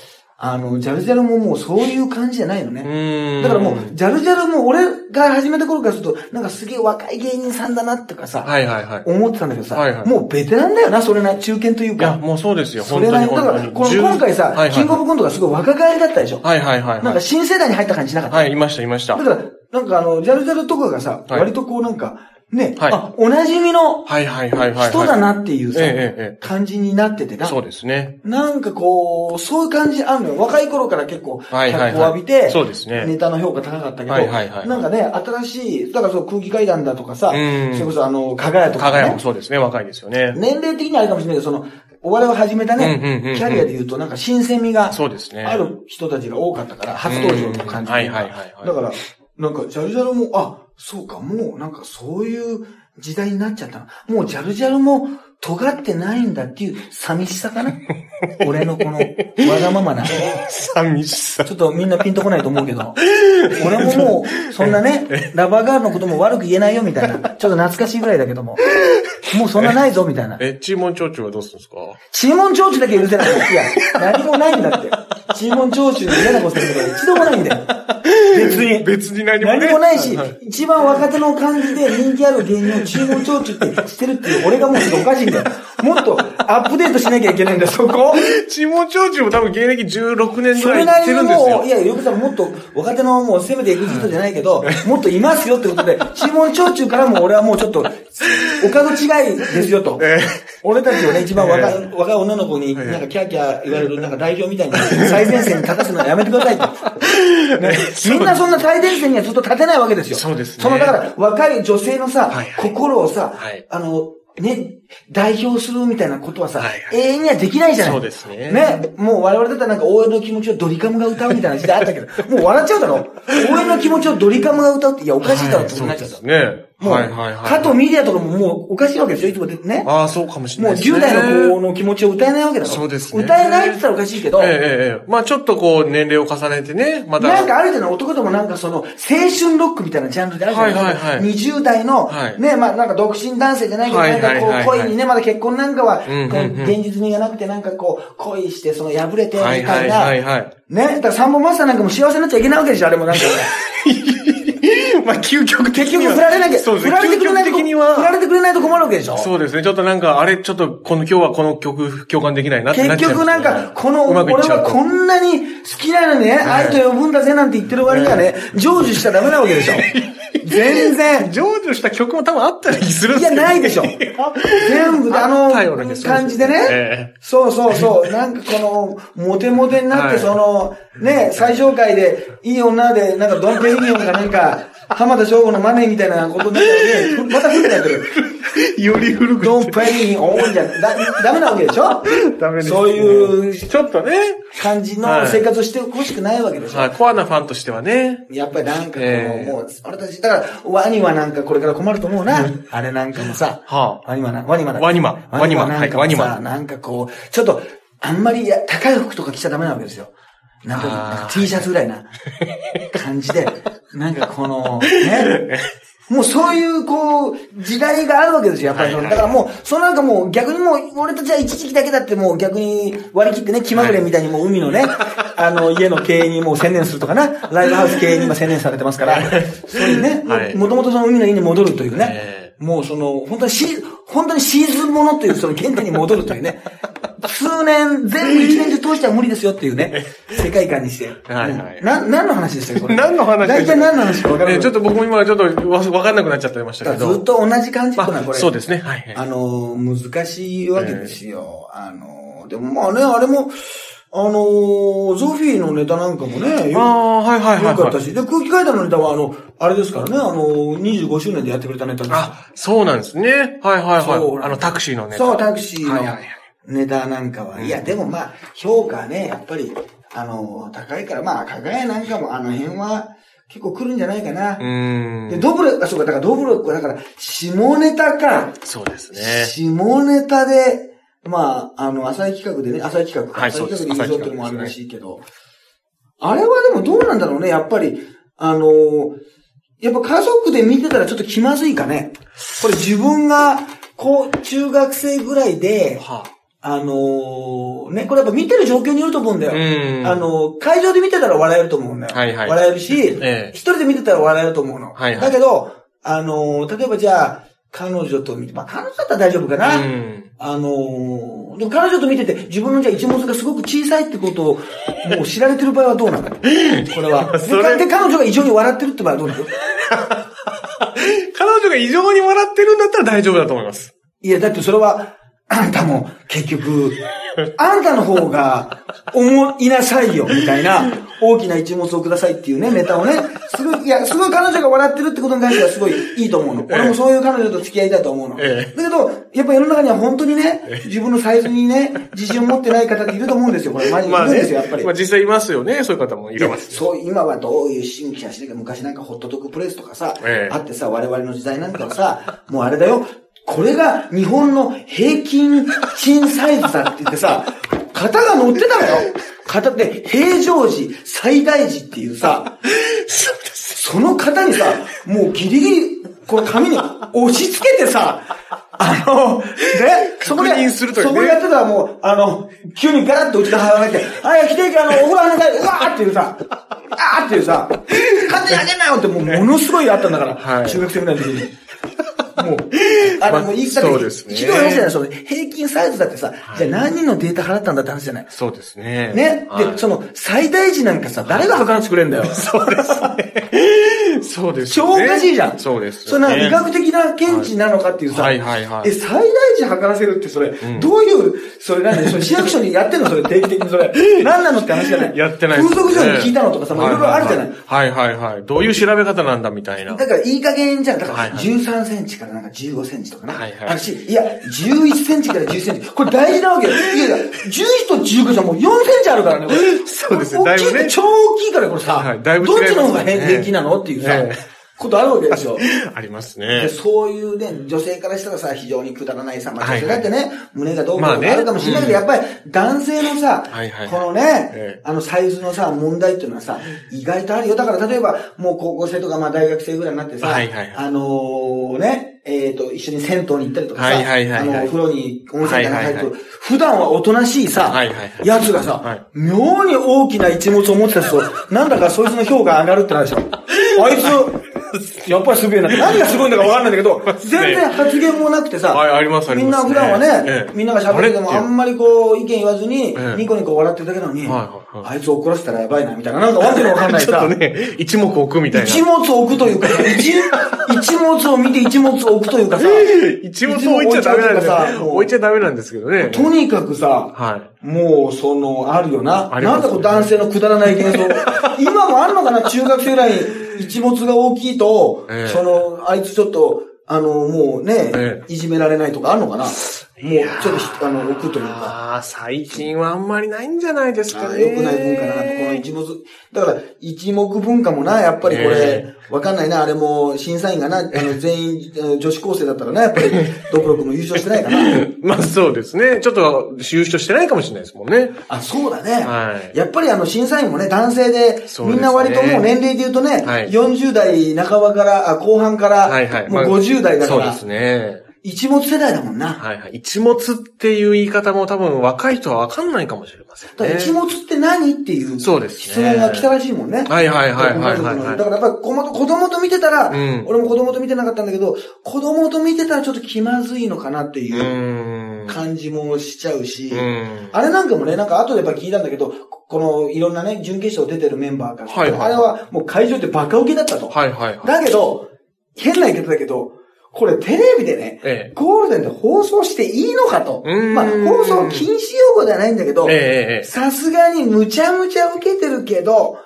S1: あの、ジャルジャルももうそういう感じじゃないのね。
S2: うーん
S1: だからもう、ジャルジャルも俺が始めた頃からすると、なんかすげえ若い芸人さんだなとかさ、
S2: はいはいはい。
S1: 思ってたんだけどさ、
S2: はいはい
S1: もうベテランだよな、それな、中堅という
S2: いや、
S1: か。
S2: もうそうですよ、
S1: そ
S2: 本当
S1: れな
S2: に。
S1: りだから、
S2: 本
S1: こ
S2: 当
S1: の
S2: に
S1: 今回さ
S2: はい、は
S1: キン
S2: い
S1: グオブコントがすごい若返りだったでしょ。
S2: はいはいは
S1: な
S2: い
S1: ん
S2: は
S1: か
S2: い。
S1: 新世代に入った感じしなかった。
S2: はい、いました、いました。
S1: だから、なんかあの、ジャルジャルとかがさ、
S2: はい
S1: 割とこうなんか、ね、
S2: はい
S1: あ、お馴染みの
S2: はいはいはいはいはい。
S1: 人だなっていうさ、
S2: えええええ
S1: 感じになってて
S2: え。
S1: な。
S2: そうですね。
S1: なんかこう、そういう感じあるのよ。若い頃から結構、
S2: はいはいは
S1: 脚
S2: い
S1: 光を浴びて、
S2: そうですね
S1: ネタの評価高かったけど、
S2: はいはいはい
S1: なんかね、新しい、だからそう空気階段だとかさ、そ
S2: うん
S1: れこそあの、加賀屋と
S2: 加
S1: か
S2: 賀屋も
S1: ね、
S2: そうですね、若いですよね。
S1: 年齢的にはあるかもしれないけど、その、お笑いを始めた
S2: うんうんうんうん
S1: ね、キャリアで言うとなんか新鮮味が
S2: そうですね。
S1: ある人たちが多かったから、初登場の感じ
S2: うん
S1: と
S2: は
S1: いう
S2: い
S1: か
S2: はいはいはい
S1: だから、なんか、ジャルジャルも、あ、そうか、もう、なんかそういう時代になっちゃったな。もう、ジャルジャルも、尖ってないんだっていう寂しさか
S2: (laughs)
S1: な俺のこの、わがままな。ち
S2: 寂しさ。
S1: ょっとみんなピンとこないと思うけど。俺ももう、そんなね、ラバーガールのことも悪く言えないよみたいな。ちょっと懐かしいぐらいだけども。もうそんなないぞみたいな。
S2: え、チーモンチョウチョウはどうするんですか
S1: チーモン聴取だけ許せない。いや、何もないんだって。チーモン聴取に嫌なことすることは一度もないんだよ。別に。
S2: 別に何もね
S1: 何もないし、一番若手の感じで人気ある芸人をチーモン聴取ってしてるっていう俺がもうちょっとおかしいんだよ。もっとアップデートしなきゃいけないんだよ、そこ。
S2: チーモンチョウチョウも多分芸歴16年ぐ
S1: そ
S2: ら
S1: れ
S2: い行
S1: な
S2: っ
S1: り
S2: て
S1: に
S2: るんです
S1: もう、い
S2: よ。
S1: や、よくさんもっと若手のもう攻めていく人じゃないけど、もっといますよってこと
S2: (laughs)
S1: で、チーモン聴取からも俺はもうちょっと、お門違いですよと。
S2: え
S1: 俺たちをね、一番若い、
S2: え
S1: 若い女の
S2: (laughs)
S1: 子に、なんかキャーキャー言われる、なんか代表みたいに、最前線に立たすのはやめてくださいと。なんかね。みんなそんな最前線にはずっと立てないわけですよ。
S2: そうですね
S1: その、だから、若い女性のさ、
S2: はいはい
S1: 心をさ、
S2: はい
S1: あの、ね、代表するみたいなことはさ、
S2: はいはい
S1: 永遠にはできないじゃない
S2: そうですね
S1: ね、もう我々だったらなんか応援の気持ちをドリカムが歌うみたいな時代あったけ
S2: (laughs)
S1: ど、もう笑っちゃうだろ応援の気持ちをドリカムが歌うって、いや、おかしいだろってことになっちゃうだろ
S2: そうですね。
S1: もう、
S2: はいはいはい。
S1: 加藤ミリアとかももうおかしいわけでしょいつもでね。
S2: ああ、そうかもしれ
S1: も
S2: な
S1: う
S2: いですね。
S1: 10代の子の気持ちを歌えないわけだろ
S2: そうですね
S1: 歌えないって言ったらおかしいけど、
S2: ええええ。まあちょっとこう、年齢を重ねてね、また。
S1: なんかあるじゃない、男でもなんかその、青春ロックみたいなジャンルであるじゃない
S2: はいはいはい
S1: 20代の、
S2: はい
S1: ね、まあなんか独身男性じゃないけど、
S2: はいはいはいはい
S1: なんかこう、恋にね、まだ結婚なんかは、こ
S2: うんうんうん
S1: う現実味がなくて、なんかこう、恋して、その破れて、みた
S2: はいい
S1: な。
S2: はいはいはい。
S1: ね、だから三本マスターなんかも幸せになっちゃいけないわけでしょ、あれも
S2: (laughs)
S1: なんか。
S2: (laughs) まあ究極的
S1: 結
S2: に
S1: 局
S2: は。
S1: 振られなきゃ、
S2: そうです
S1: 振
S2: ね。
S1: られて
S2: 究
S1: くれない
S2: 極
S1: と、
S2: 的に
S1: 振ら
S2: は。
S1: れてくれないと困るわけでしょ。
S2: そうですね。ちょっとなんか、あれ、ちょっと、この今日はこの曲、共感できないなってなっ
S1: 結
S2: ちゃいま
S1: 局
S2: す
S1: な
S2: ね
S1: んか、この、
S2: うまくいっ
S1: 俺
S2: ちゃ
S1: は
S2: うと
S1: こんなに好きなのにね、愛と呼ぶんだぜなんて言ってる割にはね、成就しちゃダメなわけ
S2: (laughs)
S1: でしょ。全然。
S2: 成就した曲も多分あったりするん
S1: いや、ないでしょ。全部で、あ
S2: あ
S1: の
S2: ったような気がす、る
S1: 感じでね
S2: ええ。
S1: そうそうそう。なんかこの、モテモテになって、
S2: はい
S1: その、ね、最上階で、いい女で、なんかドンペリニオンかなんか、浜田省吾のマネーみたいなことになったらね、また古くなってる。
S2: (laughs) より古く。
S1: ドンペリニオンじゃ、だ、ダメなわけでしょ
S2: ダメですね
S1: そういう
S2: ちょっとね。
S1: 感じの
S2: はい
S1: 生活をしてほしくないわけでしょ
S2: はい、コアなファンとしてはね。
S1: やっぱりなんかこ
S2: え
S1: の、
S2: え
S1: もう、俺たち、だから、ワニはなんかこれから困ると思うな。あれなんかもさ、
S2: はあ
S1: ワニマな、ワニマだっけ
S2: ワニマ
S1: ワニマ
S2: ワ
S1: な
S2: ニマ
S1: んか
S2: は
S1: も
S2: い
S1: さ、
S2: ワニマ
S1: なんかこう、ちょっと、あんまりや高い服とか着ちゃダメなわけですよ。なんか、
S2: あー
S1: なんか T シャツぐらいな感じで、なんかこの、ね。もうそういう、こう、時代があるわけですよ、やっぱりその。
S2: はい
S1: だからもう、そのなんかもう逆にもう、俺たちは一時期だけだってもう逆に割り切ってね、気まぐれみたいにもう海の
S2: (laughs)
S1: ね、あの、家の経営にもう専念するとかな、ライブハウス経営に今専念されてますから、そういうね、
S2: はい
S1: もともとその海の家に戻るというね、
S2: え
S1: もうその、本当にシー、本当にシーズンものというその原点に戻るというね、数年、全部一年中通しては無理ですよっていうね、世界観にして。
S2: はいはい
S1: うんな、何の話でしたよ、これ。
S2: 何の話
S1: 大体何の話か分からない。
S2: えちょっと僕も今ちょっとわわかんなくなっちゃってました
S1: だ
S2: け
S1: か
S2: ど。
S1: らずっと同じ感じかな、
S2: あ
S1: これ。
S2: そうですね。はいはい。
S1: あのー、難しいわけですよ。あのー、でもまあね、あれも、あのー、ゾフィーのネタなんかもね、よ
S2: ああ、はいはいは
S1: よ
S2: い、
S1: かった
S2: はい。
S1: し、で、空気階段のネタはあの、あれですからね、あのー、25周年でやってくれたネタです。
S2: あ、そうなんですね。はいはい
S1: そう
S2: はい。あの、タクシーのね。
S1: そう、タクシー
S2: はいは
S1: の
S2: いはい
S1: ネタなんかは。いや、でもまあ、評価はね、やっぱり、あのー、高いから、まあ、加賀屋なんかもあの辺は結構来るんじゃないかな。
S2: うー
S1: で、
S2: ん。
S1: ドブロック、あ、そうか、だからドブロックは、だから、下ネタか。
S2: そうですね。
S1: 下ネタで、まあ、あの、浅い企画でね、浅い企画か、
S2: はい
S1: 浅い企
S2: そう
S1: 画
S2: です
S1: で優勝ってのもあるらしいけど、あれはでもどうなんだろうね、やっぱり、あのーやっぱ家族で見てたらちょっと気まずいかね。これ自分が、こう、中学生ぐらいで、
S2: は
S1: あのーね、これやっぱ見てる状況によると思うんだよ。
S2: うん
S1: あのー会場で見てたら笑えると思うんだよ。
S2: はいはい
S1: 笑えるし、
S2: ええ
S1: 一人で見てたら笑えると思うの。
S2: はいはい
S1: だけど、あのー例えばじゃあ、彼女と見て、まあ彼女だったら大丈夫かな。
S2: あ。うん。
S1: あのーでも彼女と見てて、自分のじゃあ一物がすごく小さいってことを、もう知られてる場合はどう
S2: (laughs)
S1: なのこれは。
S2: それ
S1: で、で彼女が異常に笑ってるって場合はどうなの
S2: 彼女が異常に笑ってるんだったら大丈夫だと思います。
S1: いや、だってそれは、あんたも、結局、あんたの方が、思いなさいよ、みたいな、大きな一物をくださいっていうね、ネタをね、すごい、いや、すごい彼女が笑ってるってことに関してはすごいいいと思うの。俺もそういう彼女と付き合いたいと思うの。だ
S2: え
S1: けど、やっぱ世の中には本当にね、自分のサイズにね、自信を持ってない方っていると思うんですよ。これ、前にいるんですよ、やっぱり
S2: まあ。実際いますよね。そういう方もい
S1: いや
S2: ます。
S1: そう、今はどういう新規写真だけど昔なんかホットドッグプレスとかさ、
S2: ええ
S1: あってさ、我々の時代なんかはさ、もうあれだよ、これが日本の平均賃サイズだって言ってさ、型が乗ってたのよ。型で、平常時、最大時っていうさ、
S2: そうです。
S1: その型にさ、もうギリギリ、この紙に押し付けてさ、あの、ね、そこで、
S2: 確認するというね
S1: そこでやってたらもう、あの、急にガラッとうちが入らなきゃ、あ、いや、来ていけ、あの、お風呂入らない、うわーっていうさ、あーっていうさ、勝手にあげんなよってもう、ものすごいあったんだから、
S2: はい
S1: 中学生ぐらいの時
S2: (laughs)
S1: に。もう、あれ
S2: まあ
S1: もう言い方
S2: そうですね
S1: ひどい話じゃない、その平均サイズだってさ、じゃあ何人のデータ払ったんだって話じゃない。
S2: そうですね。
S1: ね、
S2: はい (laughs)
S1: で、その、最大時なんかさ、誰が測ってくれんだよ。
S2: そうですね。そうです
S1: 超
S2: よ
S1: お
S2: ね
S1: かしいじゃん。
S2: そうです
S1: そ
S2: よ
S1: れ
S2: ね
S1: なんか医学的な見地なのかっていうさ、
S2: はいはいはい
S1: え、最大値測らせるってそれ、どういう、それ何それ市役所にやってんのそれ定 (laughs) 期的にそれ。何なのって話じゃない。
S2: やってない
S1: 風俗嬢に聞いたのとかさ、まあいろいろあるじゃない。
S2: はいはいはい。どういう調べ方なんだみたいな。
S1: だから、いい加減じゃん。だか
S2: はい
S1: ら、
S2: はい
S1: 13センチからなんか15センチとかね。
S2: はいはい
S1: 話、いや、11センチから10センチ。これ大事なわけよ。いやいや、11と15じゃもう4センチあるからね、これ。
S2: そうですね
S1: これ大きい
S2: だいぶね
S1: 超大きいから、これさ、
S2: はいだいぶ違い
S1: どっちの
S2: ますね
S1: 方が平平気なのっていうさ
S2: ええ、
S1: ことあるわけでしょ。
S2: あります
S1: で
S2: ね。
S1: そういうね、女性からしたらさ、非常にくだらないさ、まあ
S2: は
S1: 女
S2: い
S1: 性だってね、胸がどうこう
S2: まあ
S1: と
S2: ね
S1: かあるかもしれないけど、やっぱり男性のさ
S2: はいはい、
S1: このね
S2: ええ、
S1: あのサイズのさ、問題っていうのはさ、意外とあるよ。だから例えば、もう高校生とかまあ大学生ぐらいになってさ、
S2: はいはいはい
S1: あのーね、えっと、一緒に銭湯に行ったりとか
S2: は
S1: さ、
S2: いはい
S1: あ
S2: はいはい
S1: の、お風呂に温泉から入る
S2: はいはい
S1: と、普段はおとなしいさ
S2: はいはいはい、
S1: やつがさ
S2: はい、
S1: 妙に大きな一物を持ってた人、なんだかそいつの評価上がるって
S2: (laughs)
S1: 話よ。あいつ、やっぱりすげえな。何がすごいんだかわかんないんだけど、全然発言もなくてさ、
S2: はいありますあり
S1: みん
S2: ま
S1: な
S2: す
S1: 普段は
S2: え
S1: ね
S2: え、
S1: みんなが喋ってても
S2: あれって
S1: あんまりこう意見言わずに
S2: ええ、
S1: ニコニコ笑ってるだけなのに、
S2: はいはいはい
S1: あいつ怒らせたらやばいな、みたいな、なんかわけのわかんない
S2: ちょっ
S1: さ
S2: と。ね、一目置くみたいな。
S1: 一物を置くというか
S2: (laughs)
S1: さ、一、一物を見て一物を置くというかさ、
S2: 一目置いちゃダメなんです
S1: 一目
S2: よ。置
S1: 置い
S2: い
S1: ち
S2: ちゃダメなんですけどね。
S1: とにかくさ、
S2: はい。
S1: もう、その、あるよな。
S2: あり
S1: な
S2: ま
S1: ん
S2: す
S1: だこう男性のくだらない幻
S2: (laughs)
S1: 想。今もあるのかな中学生ぐらいに一物が大きいと、
S2: ええ
S1: その、あいつちょっと、あの、もうね、
S2: え
S1: いじめられないとかあるのかなもう、
S2: いやー
S1: ちょっとひ、あの、置くというか。
S2: ああ、最近はあんまりないんじゃないです
S1: あ
S2: か
S1: あ
S2: ね。
S1: 良くない文化だな、この一目。だから、一目文化もな、やっぱりこれ
S2: え、
S1: わかんないな、あれも、審査員がな、あの、全員、あの女子高生だったらな、やっぱり、ドクロ君も優勝してないかな。
S2: (laughs) まあそうですね。ちょっと、優勝してないかもしれないですもんね。
S1: あ、そうだね。
S2: はい
S1: やっぱりあの審査員もね、男性で、
S2: そうですね
S1: みんな割ともう年齢で言うとね、
S2: はい
S1: 40代半ばから、あ後半から、
S2: はいはい。
S1: も
S2: まあ
S1: う50代だか
S2: そう
S1: ら、
S2: ですね。
S1: 一物世代だもんな。
S2: はいはい。一物っていう言い方も多分若い人はわかんないかもしれません
S1: だから
S2: ね。
S1: 一物って何っていう質
S2: そ
S1: 問
S2: うですね
S1: が来たらしいもんね。
S2: はいはいはいはいはいはい
S1: だからやっぱり子供と子供と見てたら、
S2: うん
S1: 俺も子供と見てなかったんだけど、子供と見てたらちょっと気まずいのかなって
S2: う
S1: いう
S2: ーん。
S1: 感じもしちゃうし、
S2: うん。
S1: あれなんかもね、なんか後でやっぱ聞いたんだけど、ここのいろんなね、準決勝出てるメンバーから、
S2: はいはい
S1: あれはもう会場でバカ受けだったと。
S2: はいはいはい。
S1: だけど、変な言い方だけど、これテレビでね、
S2: ええ。
S1: ゴールデンで放送していいのかと。
S2: うーん
S1: まあ、放送禁止用語ではないんだけど
S2: ええ、えええ
S1: さすがにむちゃむちゃ受けてるけど、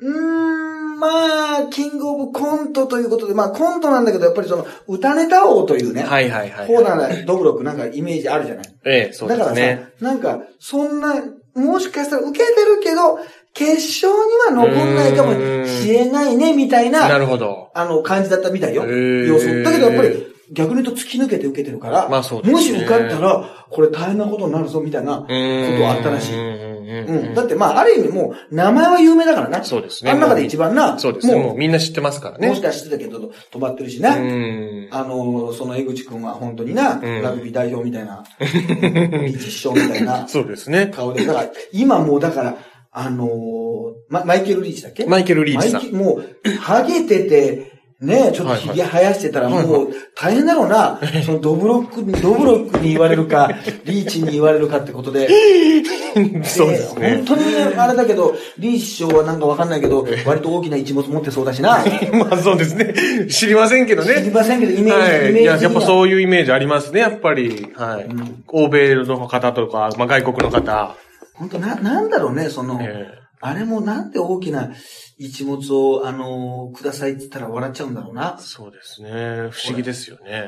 S1: うーん、まあ、キングオブコントということで、まあコントなんだけど、やっぱりその、歌ネタ王というね、
S2: え。はいはいはい。
S1: コーナーならドブロックなんかイメージあるじゃない。
S2: ええ、そう
S1: だ
S2: で
S1: か
S2: す
S1: ら
S2: ね。
S1: さ、なんか、そんな、もしかしたら受けてるけど、決勝には残んないかもしれないね、みたい
S2: な
S1: な、
S2: るほど。
S1: あの、感じだったみたいよ。
S2: へー
S1: 予想。だけどやっぱり、逆に言うと突き抜けて受けてるから、
S2: まあそうですね
S1: もし受かったら、これ大変なことになるぞ、みたいなこ
S2: こと
S1: あったらしい。
S2: う。
S1: うんん。だってまあ、ある意味もう、名前は有名だからな。
S2: そうですね
S1: あん中で一番な。
S2: そうですね。もうみんな知ってますからね。
S1: もしかしてたけど、止まってるしな。
S2: うん。
S1: あのー、その江口くんは本当にな、
S2: ん
S1: ラグビー代表みたいな、実証みたいな
S2: そうですね。
S1: 顔で。だから、今もうだから、あのーま、マイケル・リーチだっけ
S2: マイケル・リーチさん
S1: マイ。ケもう、ハゲてて、ねちょっと髭生やしてたら、
S2: はいはい
S1: もう、大変だろうな、そのドブロックに、ドブロックに言われる
S2: (laughs)
S1: か、リーチに言われるかってことで。
S2: そうですね。
S1: 本当にあれだけど、リー首相はなんかわかんないけど、割と大きな一物持ってそうだしな。知
S2: (laughs) まあそうですね。知りませんけどね。
S1: りませんけど、イメー
S2: は
S1: ジ、イメージ的
S2: い。い
S1: には。
S2: や、やっぱそういうイメージありますね、やっぱり。はい。欧米の方とか、まあ外国の方。
S1: 本当な、なんだろうね、その、
S2: ええ
S1: あれもなんで大きな一物を、あのーくださいって言ったら笑っちゃうんだろうな。
S2: そうですね。不思議ですよね。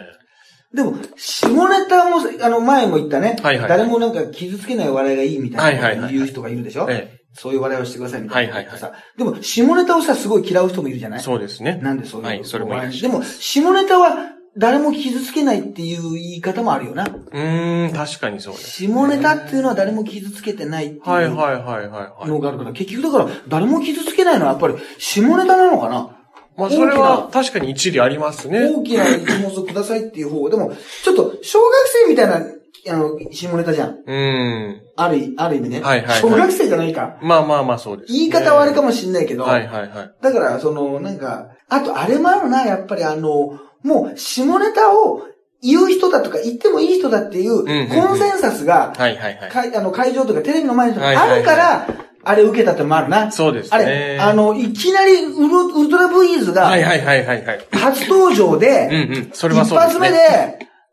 S1: でも、下ネタも、あの、前も言ったね、
S2: はいはい
S1: 誰もなんか傷つけない笑いがいいみたい
S2: はいはい
S1: な
S2: はい
S1: 言う人がいるでしょ、
S2: え
S1: そういう笑いをしてくださいみたいな。
S2: はいはいはい
S1: さでも、下ネタをさ、すごい嫌う人もいるじゃない
S2: そうですね。
S1: なんでそういうの
S2: はい、それもいらっし
S1: でも、下ネタは誰も傷つけないっていう言い方もあるよな。
S2: ゃる。うーん、確かにそうです。
S1: 下ネタっていうのは誰も傷つけてないって
S2: はいいうはいはいはいは
S1: のがあるから、結局だから誰も傷つけないのはやっぱり下ネタなのかな。
S2: い。まあそれは確かに一理ありますね。
S1: 大きな一物をくださいっていう方が、でも、ちょっと小学生みたいな、あの、下ネタじゃん。
S2: うん。
S1: ある、ある意味ね。
S2: はいはいはい
S1: 小学生じゃないか。
S2: まあまあまあそうですね。
S1: 言い方はあれかもしんないけど、
S2: はいはいはい。
S1: だから、その、なんか、あと、あれもあるな、やっぱりあの、もう、下ネタを言う人だとか、言ってもいい人だっていうん
S2: うんうん
S1: う、コンセンサスが、
S2: はいはいはい。
S1: かいあの会場とかテレビの前とか
S2: はいはいは
S1: あ
S2: い
S1: るから、あれ受けたってのもあるな。
S2: そうです
S1: あ
S2: ね
S1: れ、あの、いきなりウルウルトラ V イズが
S2: はい、はいはいはいはい。
S1: 初登場
S2: (laughs)
S1: で、
S2: うんうんそれはそうで
S1: 一発
S2: すね
S1: 目で、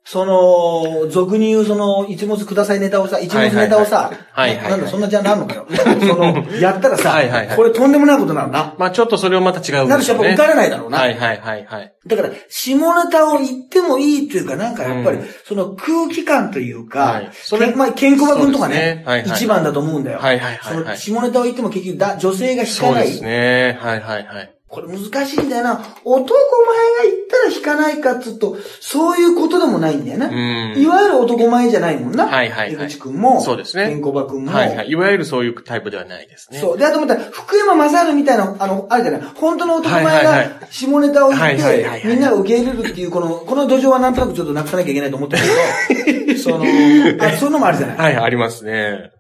S1: その、俗に言うその、一物くださいネタをさ、一物ネタをさ、
S2: はいはいはいはいはいはい
S1: なんだ、そんなじゃなんのかよ。その、やったらさ、
S2: はいはいはい
S1: これとんでもないことなのな。
S2: まあちょっとそれをまた違う
S1: なるしやっぱ受
S2: か
S1: かれないだろうな。
S2: はいはいはいはい。
S1: だから、下ネタを言ってもいいというか、なんかやっぱり
S2: うん、
S1: その空気感というか、
S2: はいそれ
S1: けんまあ、ケンコバ君とか
S2: そうです
S1: ね
S2: ねはいはい
S1: 一番だと思うんだよ。
S2: はいはいはいはい
S1: その下ネタを言っても結局だ、女性が引か
S2: そう
S1: な
S2: で
S1: い。
S2: すね。はいはいはい。
S1: これ難しいんだよな。男前が言ったら引かないかっつうと、そういうことでもないんだよな。
S2: うん
S1: いわゆる男前じゃないもんな。
S2: はいはいはい
S1: 江口君も、
S2: そうですね
S1: ケンコバ君も。
S2: はいはい。いわゆるそういうタイプではないですね。
S1: そう。で、あとまた、福山雅治みたいな、あの、あれじゃない、本当の男前
S2: はいはいは
S1: が、下ネタを言
S2: は
S1: っ
S2: いはいはい
S1: て、
S2: はい
S1: みんなが受け入れるっていう、この、この土壌はなんとなくちょっとなくさなきゃいけないと思ってるけ
S2: (laughs)
S1: ど、その、あ、そういうのもあるじゃない。
S2: はい、ありますね。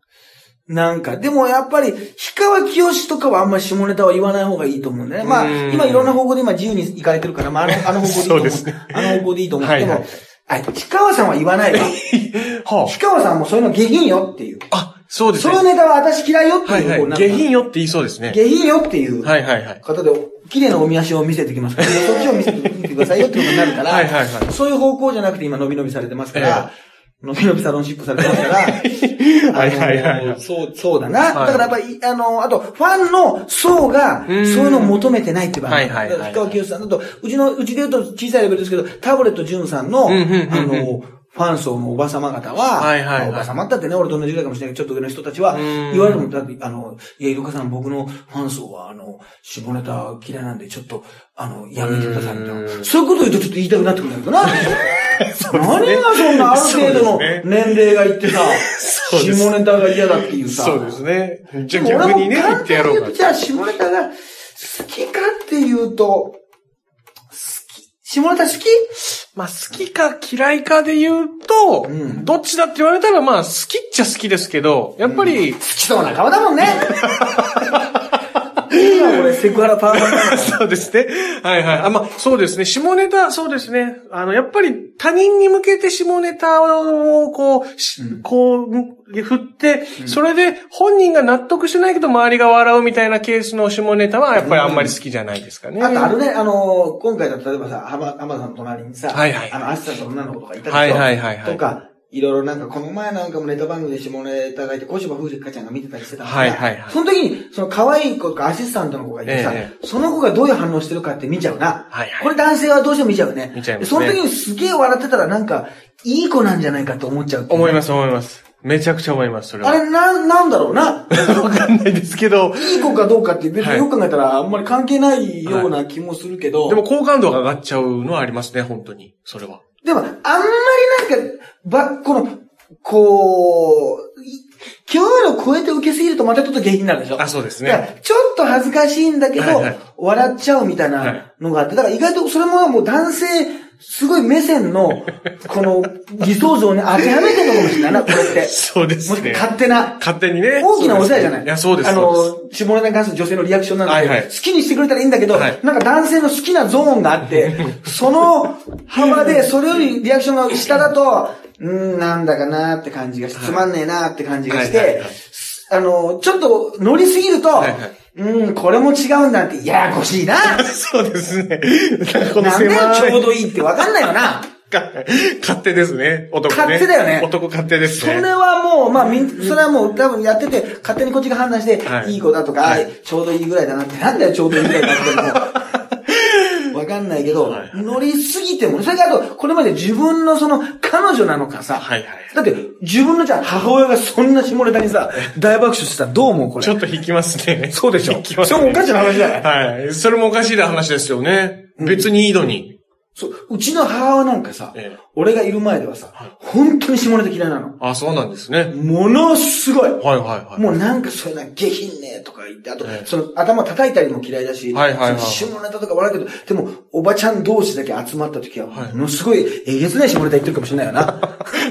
S1: なんか、でもやっぱり、氷川きよしとかはあんまり下ネタは言わない方がいいと思うんだよね。まあ、
S2: うん
S1: 今いろんな方向で今自由に行かれてるから、まあ、あの、あの方向でいいと思う。
S2: そうですね
S1: あの方向でいいと思う。
S2: はいはい
S1: でも、あ、氷川さんは言わ
S2: (laughs)
S1: ないわ。
S2: は
S1: 氷川さんもそういうの下品よっていう。
S2: あ。あ、そうです
S1: そう
S2: ね
S1: い。うネタは私嫌いよって。
S2: はいいうは。
S1: こうないんか
S2: 下品よって言いそうですね。
S1: 下品よっていう。
S2: はいはいはい。
S1: 方で、綺麗なおみ足を見せてきます (laughs) から、そっちを見せてくださいよってことになるから、
S2: はいはいは
S1: そういう方向じゃなくて今、伸び伸びされてますから、伸び伸びサロンシップされてます (laughs) から、
S2: はいはいはい
S1: あ
S2: は
S1: の
S2: い
S1: そう、そうだな。
S2: はい
S1: だからやっぱり、あの、あと、ファンの層が、そう
S2: うん
S1: いうのを求めてないって場合。
S2: はいはいはい
S1: だから氷川きよしさんだと、うちの、うちで言うと小さいレベルですけど、タブレット潤さんの、あ
S2: うんうんうんうん
S1: の、ファン層のおば様方は、
S2: はいはいは
S1: ま
S2: い
S1: あおば様だってね、俺と同じぐらいかもしれないけど、ちょっと上の人たちは、
S2: うん
S1: 言われるもんだって、あの、いや、イルカさん、僕のファン層は、あの、下ネタ嫌いなんで、ちょっと、あの、やめてください、みたいな。そういうこと言うとちょっと言いたくなってくるんだけど
S2: (laughs)
S1: な。何がそんなある程度の
S2: そうです
S1: 年齢が言ってさ、
S2: そうです
S1: 下ネタが嫌だっていうさ。
S2: そうですね。じ
S1: で
S2: ゃ
S1: も
S2: あ
S1: 俺
S2: 逆
S1: も
S2: にね、
S1: 簡
S2: 言
S1: 単
S2: ってやろ
S1: に
S2: う
S1: 言
S2: か
S1: うと。じゃあ下ネタが好きかっていうと、好き。下ネタ好き
S2: まあ、好きか嫌いかで言うと、
S1: うん
S2: どっちだって言われたら、まあ、好きっちゃ好きですけど、やっぱり、
S1: 好きそうな顔だもん
S2: (laughs)
S1: ね。いいよ、俺、セクハラパワハラだから。
S2: (laughs) そうですね。はいはい。あ、まあ、そうですね。下ネタ、そうですね。あの、やっぱり他人に向けて下ネタを、こう、しこう、振って、それで本人が納得しないけど周りが笑うみたいなケースの下ネタは、やっぱりあんまり好きじゃないですかね。
S1: あとあるね、あのー今回だと例えばさ、浜浜田さんの隣にさ、
S2: はいはい
S1: あの、アシさんと女の子とかいたでしょ
S2: はいはいはいはい
S1: とか、いろいろなんか、この前なんかもネタ番組で下ネタがいて、小芝風花ちゃんが見てたりしてたから、
S2: はいはいはい
S1: その時に、その可愛い子とかアシスタントの子がいてさ、
S2: え
S1: その子がどういう反応してるかって見ちゃうな。
S2: はいはい
S1: これ男性はどうしても見ちゃうね。
S2: 見ちゃいます
S1: そ
S2: ね
S1: の時にすげえ笑ってたらなんか、いい子なんじゃないかと思っちゃう。
S2: 思いますす思います。めちゃくちゃ思います、それ
S1: あ
S2: は。
S1: れ、な、なんだろうな。
S2: わかんないですけど、
S1: いい子かどうかって別
S2: は
S1: に
S2: い
S1: よく考えたらあんまり関係ないような気もするけど。
S2: でも好感度が上がっちゃうのはありますね、本当に。それは。
S1: でも、あんまりなんか、ば、この、こう、い今日の超えて受けすぎるとまたちょっと下品になるでしょ
S2: あ、そうです
S1: だから
S2: ね。
S1: ちょっと恥ずかしいんだけど、
S2: はいはい
S1: 笑っちゃうみたい
S2: はい
S1: なのがあって、だから意外とそれももう男性、すごい目線
S2: (laughs)
S1: の、この、理想像に当てはめてるのかもしれないな、これって。
S2: そうで
S1: も
S2: す
S1: し
S2: ね。
S1: 勝手な。
S2: 勝手にね。
S1: 大きなお世話じゃない
S2: いや、そうです。
S1: あ
S2: そうです
S1: の、下ネタに関する女性のリアクションなんだけど、
S2: はいはい
S1: 好きにしてくれたらいいんだけど、
S2: はい
S1: なんか男性の好きなゾーンがあ
S2: (laughs)
S1: って、その幅で、それよりリアクションが下だと、うん、なんだかなーって感じがし、つまんねえなーって感じがして、
S2: はいはいはい
S1: あの、ちょっと乗りすぎると、
S2: はいはい
S1: うん、これも違うんだって、ややこしいな。
S2: そうですね。 (laughs) この
S1: なんで
S2: 狭い
S1: ちょうどいいってわかんないよな。
S2: 勝手ですね。男ね。
S1: 勝手だよね
S2: 男勝手です
S1: それ
S2: ね。
S1: はもう、まあみん、それはもう多分やってて、勝手にこっちが判断して、、
S2: はいい
S1: い子だとか、
S2: はい
S1: あちょうどいいぐらいだなって、なんだよちょうどいいぐらいだっても
S2: (laughs)
S1: う。わかんないけど、
S2: はい
S1: 乗りすぎても、それからあと、これまで自分のその、彼女なのかさ、
S2: はいはい
S1: だって、自分のじゃあ母親がそんな下ネタにさ、大爆笑してたらどう思うこれ。
S2: ちょっと引きますね。
S1: そうでしょ
S2: 引きます
S1: それもおかしな話だよ
S2: はい。それもおかしいな話ですよね。別にいいのに。
S1: そう、うちの母親なんかさ、
S2: ええ
S1: 俺がいる前ではさ、本当に下ネタ嫌いなの。
S2: あ、そうなんですね。
S1: ものすごい。
S2: はいはいはい。
S1: もうなんかそういうのは下品ねとか言って、あと
S2: え、え
S1: その頭叩いたりも嫌いだし、
S2: はいはいはい
S1: その下ネタとか笑うけど、でも、おばちゃん同士だけ集まった時は、
S2: はい
S1: ものすごいえげつない下ネタ言ってるかもしれないよな。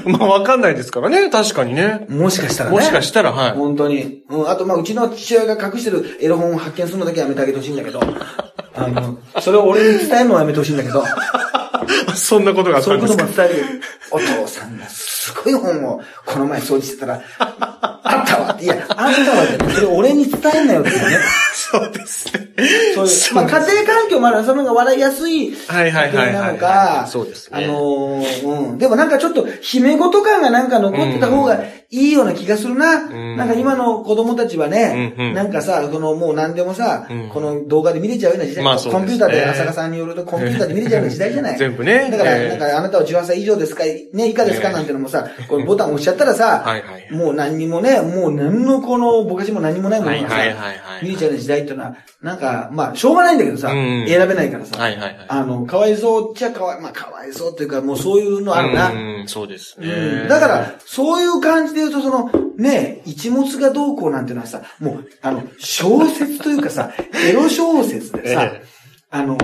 S2: まあわかんないですからね。確かにね。
S1: もしかしたらね。
S2: (laughs) もしかしたら、はい。
S1: 本当に。うん、あと、まあ、うちの父親が隠してるエロ本を発見するのだけはやめてあげてほしいんだけど、あの、それを俺に伝えるのはやめてほしいんだけど、
S2: (laughs) そんなことがあっ
S1: そ
S2: た
S1: うい
S2: ん
S1: う
S2: で
S1: こと
S2: す
S1: も
S2: か。
S1: 伝える。お父さんがすごい本を、この前掃除してたら、あったわって、いや、あったわって、それ俺に伝えんなよっていうね。
S2: そうですね。
S1: そういう、まあ、
S2: です
S1: 家庭環境もあるその方が笑いやすい。
S2: はいはいはいはいはい
S1: なのか、
S3: そうですね
S1: あのーうん。でもなんかちょっと、姫ごと感がなんか残ってた方がいいような気がするな。
S2: ん
S1: なんか今の子供たちはね、
S2: うんうん
S1: なんかさ、このもう何でもさ、
S2: うん
S1: この動画で見れちゃうような時代、
S2: まあそうです
S1: コ
S2: ね
S1: ンピューターで、浅香さんによるとコンピューターで見れちゃうような時代じゃない。
S2: (laughs) 全部ね
S1: だから、
S2: ええ
S1: なんかあなたは18歳以上ですか、ね、以下ですかなんてのもさ、これボタン押しちゃったらさ、
S2: はいはい
S1: もう何にもね、もう何のこの、ぼかしも何もないものがさ、
S2: はいはいはいはい
S1: 見れちゃうような時代っていうのは、なんか、まあ、しょうがないんだけどさ、
S2: うん
S1: 選べないからさ、
S2: はいはいはい
S1: あの、かわいそうっちゃかわい、まあ、かわいそうっていうか、もうそういうのあるな。うん
S2: うん、そうですね。
S1: だから、、そういう感じで言うと、その、ね、一物がどうこうなんてのはさ、もう、あの、小説というかさ、 (laughs) エロ小説でさ
S2: ええ、
S1: あの、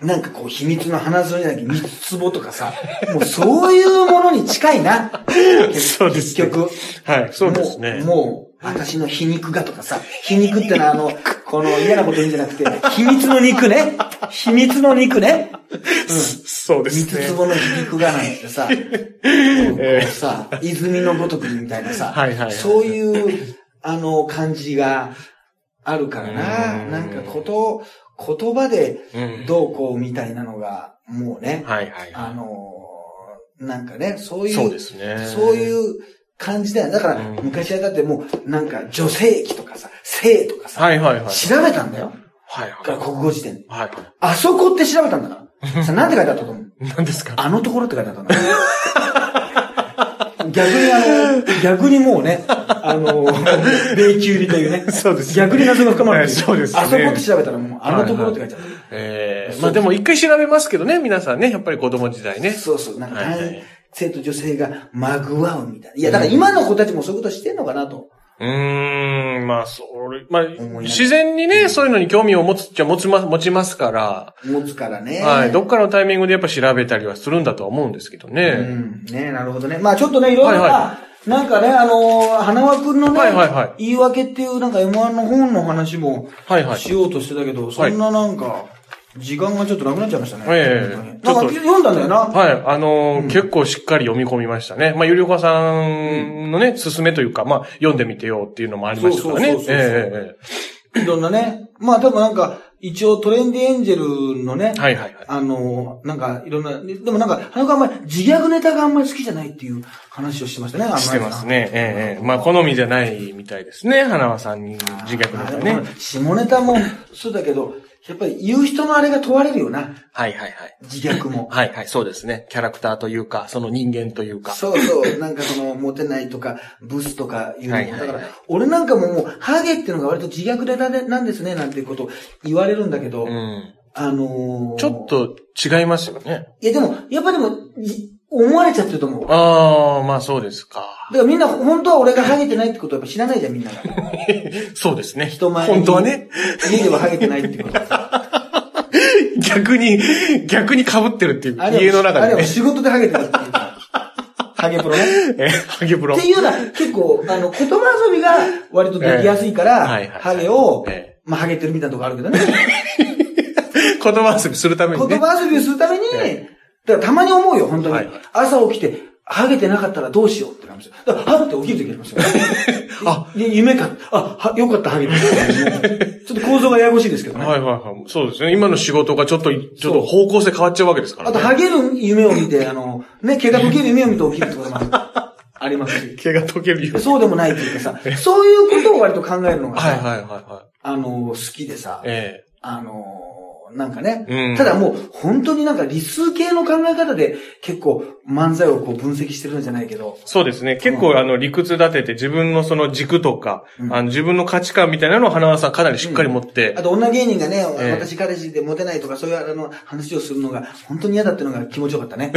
S1: なんかこう、秘密の花園じゃなき三つ壺とかさ、もうそういうものに近いな。
S2: (laughs) そうです
S1: 結
S2: ね
S1: 局。
S2: はい、そうです
S1: も
S2: ね。
S1: う、もう私の皮肉がとかさ、皮肉ってのはあ
S2: (laughs)
S1: の、この嫌なこと言うんじゃなくて、秘密の肉ね。秘密の肉ね。
S2: そうです
S1: 三
S2: ね。
S1: つ壺の皮肉がなんてさ、
S2: (laughs) ええ
S1: さ、泉のごとくみたいなさ、
S2: はいはいはい
S1: そういう、あの、感じがあるからな。
S2: うん
S1: なんかこと、言葉で
S2: うん
S1: どうこうみたいなのが、もうね、
S2: はいはい
S1: あ
S2: は
S1: の、なんかね、そう
S2: い。
S1: いう、
S2: そうですね。
S1: そういう感じだよ。だから、
S2: うん
S1: 昔はだってもう、なんか、女性器とかさ、性とかさ、
S2: はいはいはい。
S1: 調べたんだよ。
S2: はい
S1: だから
S2: は
S1: 国語辞典。
S2: い。は
S1: あそこって調べたんだから。さ、なんて書いてあったと思う
S2: い。何ですか
S1: あのところって書いてあったんだ。 (laughs) 逆にあの、逆にもうね、あの、米中入りというね。
S2: そうですね
S1: 逆に謎が深まるとい。
S2: えそうですね
S1: あそこって調べたらもう、あのところって書いてあった。
S2: ええまあでも一回調べますけどね、皆さんね、やっぱり子供時代ね。
S1: そうそう、なんか
S2: はいはい
S1: 男性と女性がまぐわうみたいな。いや、だから今の子たちもそういうことしてんのかなと。
S2: うーん、まあ、それ、まあ
S1: いなが、ら
S2: 自然にね、そういうのに興味を持つっちゃ持ちます、持ちますから、
S1: 持つからね。
S2: はい、どっかのタイミングでやっぱ調べたりはするんだとは思うんですけど
S1: う
S2: ね。
S1: ん。ねなるほどね。まあちょっとね、いろいろな、
S2: はいは
S1: なんかね、あのー花輪くんのね、
S2: はいはいはい
S1: 言い訳っていうなんか M1 の本の話も
S2: はいはい
S1: しようとしてたけど、そんななんか、時間がちょっとなくなっちゃいましたね。
S2: ええ
S1: 本当に
S2: ちょ
S1: なんか
S2: っと
S1: 読んだんだよな。
S2: はい、あのー結構しっかり読み込みましたね。まあ、ゆりおかさんのね、勧めというか、まあ、読んでみてよっていうのもありましたから
S1: そ
S2: ね。
S1: うそうそうそう
S2: えええ
S1: いろんなね。まあ多分なんか、一応トレンディエンジェルのね、
S2: えはいはいはい。
S1: あのーなんかいろんな、ででもなんか、花輪くんあんまり自虐ネタがあんまり好きじゃないっていう話をしてましたね、あんまり
S2: してますね。ええええまあ、好みじゃないみたいですね。花輪さんに自虐
S1: ま
S2: の
S1: あ
S2: 方
S1: で
S2: ね。
S1: も下ネタもそうだけど、やっぱり言う人のあれが問われるよな。
S3: はいはいはい。
S1: 自虐も。
S3: はいはい、そうですね。キャラクターというか、その人間というか。
S1: (laughs) そうそう、なんかその、モテないとか、ブスとかいうの
S3: はいはいは
S1: だ
S3: い
S1: から、俺なんかももう、ハゲっていうのが割と自虐ネタでなんですね、なんていうこと言われるんだけど、
S3: うん。
S1: あのー、
S2: ちょっ。と違いますよね。
S1: いやでも、やっぱでも、い思われちゃってると思う。だか
S2: ああ、まあそうですか。
S1: らみんな、本当は俺がハゲてないってことはやっぱ知らないじゃん、みんなが。
S2: そうですね。
S1: 人前に
S2: 本当はね、
S1: 家ではハゲてないってこと。
S2: 逆に、逆に被ってるっていう、
S1: あれは
S2: (laughs) 家の中
S1: あれ
S2: で
S1: は
S2: ね。
S1: 仕事でハゲてたっていうか。ハゲプロね。
S2: え、ハゲプロ
S1: って。いうような、結構、あの、言葉遊びが割とできやすいから、
S2: ええはいはい
S1: ハゲを、
S2: え
S1: まあ、ハゲてるみたいなとこある
S2: (laughs)
S1: けどね。
S2: 言葉遊びするために
S1: 言
S2: ね。
S1: 葉遊びをするために、
S2: え
S1: だからたまに思うよ、本当に。
S2: はいはい
S1: 朝起きて、ハゲてなかったらどうしようって感じですよだから、はって起きる時あり
S2: (laughs)
S1: ますよ。あ、で夢か、あ、は、よかった、ハゲてる。ちょっと構造がややこしいですけどね。
S2: はいはいはい。そうですね。今の仕事がちょっと、ちょっと方向性変わっちゃうわけですから、
S1: あ
S2: ね。
S1: と、ハゲる夢を見て、あの、ね、毛が溶ける夢を見て起きるってことも (laughs) あるありますし。
S2: 毛が溶けるように。
S1: そうでもないっていうかさ、そういうことを割と考えるのがさ、
S2: はいはいはいは
S1: あの、好きでさ
S2: い。、え
S1: あのーなんかね、
S2: うん
S1: ただもう本当になんか理数系の考え方で結構漫才をこう分析してるんじゃないけど
S2: え、そうですね。結構、あの、理屈立てて自分のその軸とか、
S1: うん
S2: あの自分の価値観みたいなのを花輪さんかなりしっかり持って。
S1: あと女芸人がね、
S2: ええ
S1: 私彼氏でモテないとかそういうあの話をするのが本当に嫌だっていうのが気持ちよかったね。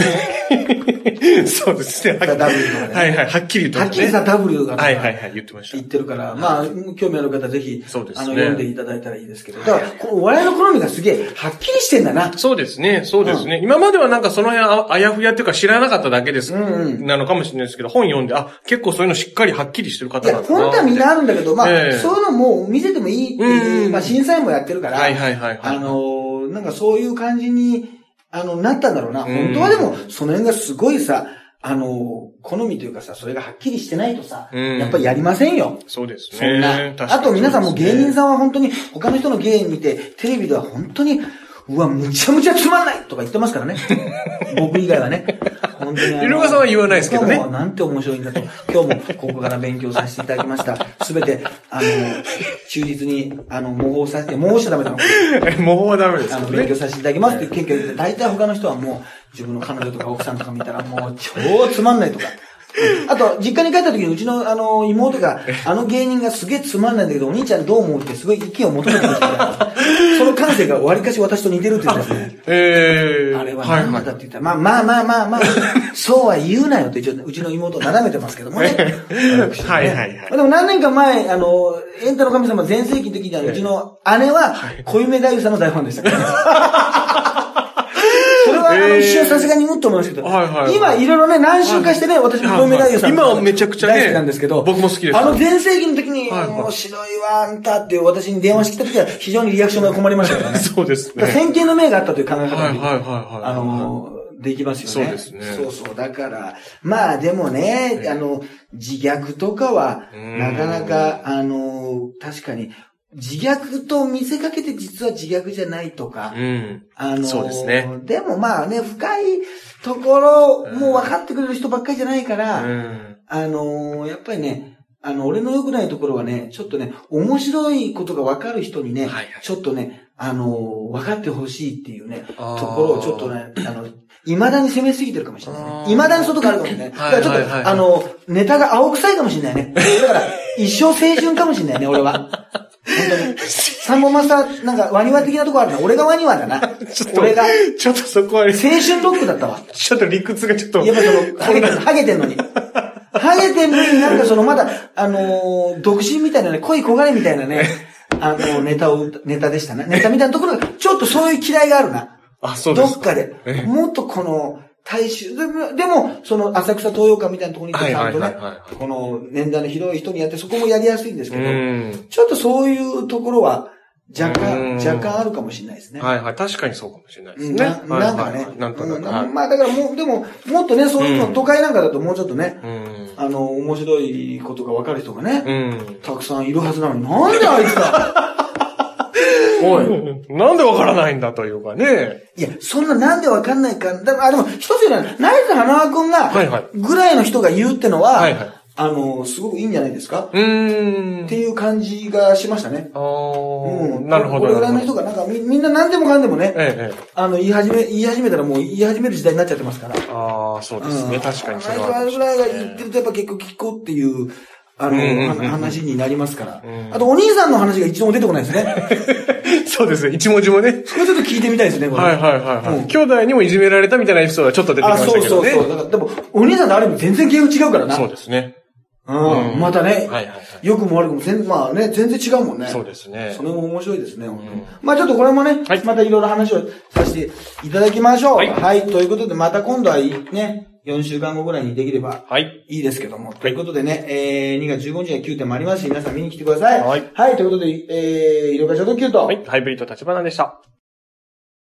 S2: (laughs) そうですね。はっ
S1: ダブルとかね
S2: はいはい。はっきりと、
S1: は
S2: ね。
S1: っきりさ W が
S2: はいはいはい。言ってました
S1: 言っ。てるから、まあ、興味ある方ぜひ、
S2: そうですね
S1: あの、読んでいただいたらいいですけど。だから、こうお笑いの好みがすげえ、はっきりしてんだな。
S2: そうですね、そうですね。今まではなんかその辺ああやふやっていうか知らなかっただけです、
S1: うんうん
S2: なのかもしれないですけど、本読んで、あ、結構そういうのしっかりはっきりしてる
S1: い
S2: 方な
S1: や、
S2: んだな。
S1: 本当はみんなあるんだけど、まあ、
S2: ええ
S1: そういうのも見せてもいいって
S2: うん
S1: いうう、
S2: ん
S1: まあ、審査員もやってるから、
S2: はいはいはいはい
S1: あのーなんかそういう感じに、あの、なったんだろうな。
S2: ん
S1: 本当はでも、その辺がすごいさ、あの、好みというかさ、それがはっきりしてないとさ、
S2: うん
S1: やっぱりやりませんよ。
S2: そうですね。
S1: そんな。
S2: 確かに
S1: あと皆さんも芸人
S2: ん。
S1: さんは本当に、他の人の芸見て、テレビでは本当に、うわ、むちゃむちゃつまんないとか言ってます
S2: (laughs)
S1: からね。僕以外はね。本当にあの。
S2: ゆるがさんは言わないですけどね
S1: 今日もなんて面白いんだと。今日もここから勉強させていただきました。すべて、あの、忠実に、あの、模倣させて、模倣しちゃダメなの。
S2: (laughs) もうダメです
S1: あ
S2: け
S1: の、
S2: ど
S1: 勉
S2: ね。
S1: 強させていただきますっていう結局、大体他の人はもう、自分の彼女とか奥さんとか見たら、もう、超つまんない
S2: (laughs)
S1: とか。あと、実家に帰った時に、うちの、あの、妹が、あの芸人がすげえつまんないんだけど、お兄ちゃんどう思うってすごい意見を求めてましたから、その感性がわりかし私と似てるって言うんですね。
S2: ええ
S1: あれは
S2: はい
S1: 何
S2: は
S1: だっ
S2: い。
S1: て言ったら、まあまあまあまあま
S2: (laughs)
S1: あ、そうは言うなよって一応、うちの妹をなだめてますけどもね。私ね
S2: はいはいはい
S1: でも何年か前、あの、エンタの神様全盛期の時にあの、うちの姉は、小夢太夫さんの大ファンでしたから。 (laughs) それは、あの、
S2: へー
S1: 一瞬さすがにうんと思いましたけど、
S2: はいはいはい
S1: 今いろいろね、何周かしてね、私も小夢太夫さんの
S2: はいはい今はめちゃくちゃね
S1: 大好きなんですけど、
S2: 僕も好きです
S1: あの全盛期の時に、
S2: はいはい
S1: 面白いわ、あんたっていう私に電話してきた時は、非常にリアクションが困りましたからね。
S2: (laughs) そうです
S1: だ
S2: ね。
S1: から先見の明があったという考え方
S2: はいはい
S1: で
S2: はいはい。
S1: あの、できますよね。
S2: そうですね
S1: そうそう。だから、まあでもね、あの、自虐とかは、
S2: うん
S1: なかなか、あの、確かに、自虐と見せかけて実は自虐じゃないとか、
S2: うん。
S1: あの、
S2: そうですね
S1: でもまあね、深いところ、もう分かってくれる人ばっかりじゃないか
S2: う
S1: ら、
S2: ん。
S1: あのーやっぱりね、あの、俺の良くないところはね、ちょっとね、面白いことが分かる人にね、
S2: はいはい
S1: ちょっとね、あのー分かってほしいっていうね、と
S2: あー
S1: ころをちょっとね、あの、未だに攻めすぎてるかもしれない
S2: あ
S1: ね。
S2: ー
S1: 未だに外があるかもしれない。だからちょっと、
S2: はいはいはいはい
S1: あのネタが青臭いかもしれないね。だから、一生青春かもしれないね、俺は。本当に。サンボマスター、なんか、ワニワ的なとこあるな。俺がワニワだな。俺が、青
S2: (laughs) ちょっとそこは、
S1: 春ロックだったわ。
S2: ちょっと理屈がちょっと。
S1: (laughs) やっぱその、ハゲてんのに。ハゲてんのになんかそのまだ、あのー独身みたいなね、恋焦がれみたいなね、
S2: (laughs)
S1: あのネタを、ネタでしたね。ネタみたいなところが、ちょっとそういう嫌いがあるな。
S2: あ、そうです
S1: どっかで。もっとこの、大衆、でも、でもその浅草東洋館みたいなところに行ってちゃんと
S2: はい
S1: ね
S2: はいはいはい、
S1: この年代の広い人にやって、そこもやりやすいんですけ
S2: う
S1: ど、
S2: ん。
S1: ちょっとそういうところは、若干、
S2: うん
S1: 若干あるかもしれないですね。
S2: はいはい。確かにそうかもしれないですね。
S1: ななんか
S2: はい
S1: ね
S2: はいは。いなんと
S1: う
S2: なく。
S1: まあだからもう、でも、もっとね、そういうの、都会なんかだともうちょっとね、
S2: うん。
S1: あの、面白いことが分かる人がね、
S2: うん。
S1: たくさんいるはずなのに、なんであいつだ
S2: (laughs) おい。なんでわからないんだというかね。
S1: いや、そんななんで分かんないか、だあ、でも、一つ言うのは、ナイツ花輪くんが
S2: はいはい、
S1: ぐらいの人が言うってのは、
S2: はいはい
S1: あの、すごくいいんじゃないですか、
S2: うーん
S1: って。いう感じがしましたね。
S2: あ
S1: う
S2: ー
S1: ん。
S2: なるほど。
S1: これぐらいの
S2: なる
S1: 人
S2: ほど
S1: が、なんかみ、みんな何でもかんでもね、
S2: ええ、ええ。
S1: あの、言い始め、言い始めたらもう言い始める時代になっちゃってますから。
S2: ああ、そうですね。確かにそれは
S1: あ
S2: あ
S1: れ
S2: る
S1: ぐ
S2: から
S1: い
S2: も
S1: が
S2: しれない
S1: 言って
S2: ですね。
S1: るとやっぱ結構聞こうっていう、あの、
S2: うんうんうんうん
S1: は話になりますから。
S2: うん
S1: あと、お兄さんの話が一度も出てこないですね。
S2: (laughs) そうですね。一文字もね。
S1: これちょっと聞いてみたいですね、これ。
S2: はいはいはいは
S1: うん
S2: い。兄弟にもいじめられたみたいなエピソードがちょっと出てきま
S1: あ、
S2: した
S1: そう
S2: け
S1: そ
S2: ど
S1: う
S2: ね。
S1: そう。だからでも、お兄さんとある意味全然ゲーム違うからな。
S2: そうですね。
S1: うん、
S2: うん
S1: またね、
S2: はいはいはい
S1: 良くも悪くも全、まあね、全然違うもんね。
S2: そうですね
S1: そ。れも面白いですね、本当に
S2: うん
S1: まあちょっとこれもね、
S2: はい
S1: またいろいろ話をさせていただきましょう。は、
S2: はいい
S1: ということで、また今度はいね、4週間後ぐらいにできれば
S2: はい。
S1: いいですけども。ということでね、えー、2月15日には9点もありますし、皆さん見に来てください。
S2: はい
S1: ということで、えー、いろか小特急と、
S2: はい。ハイブリッド立花でした。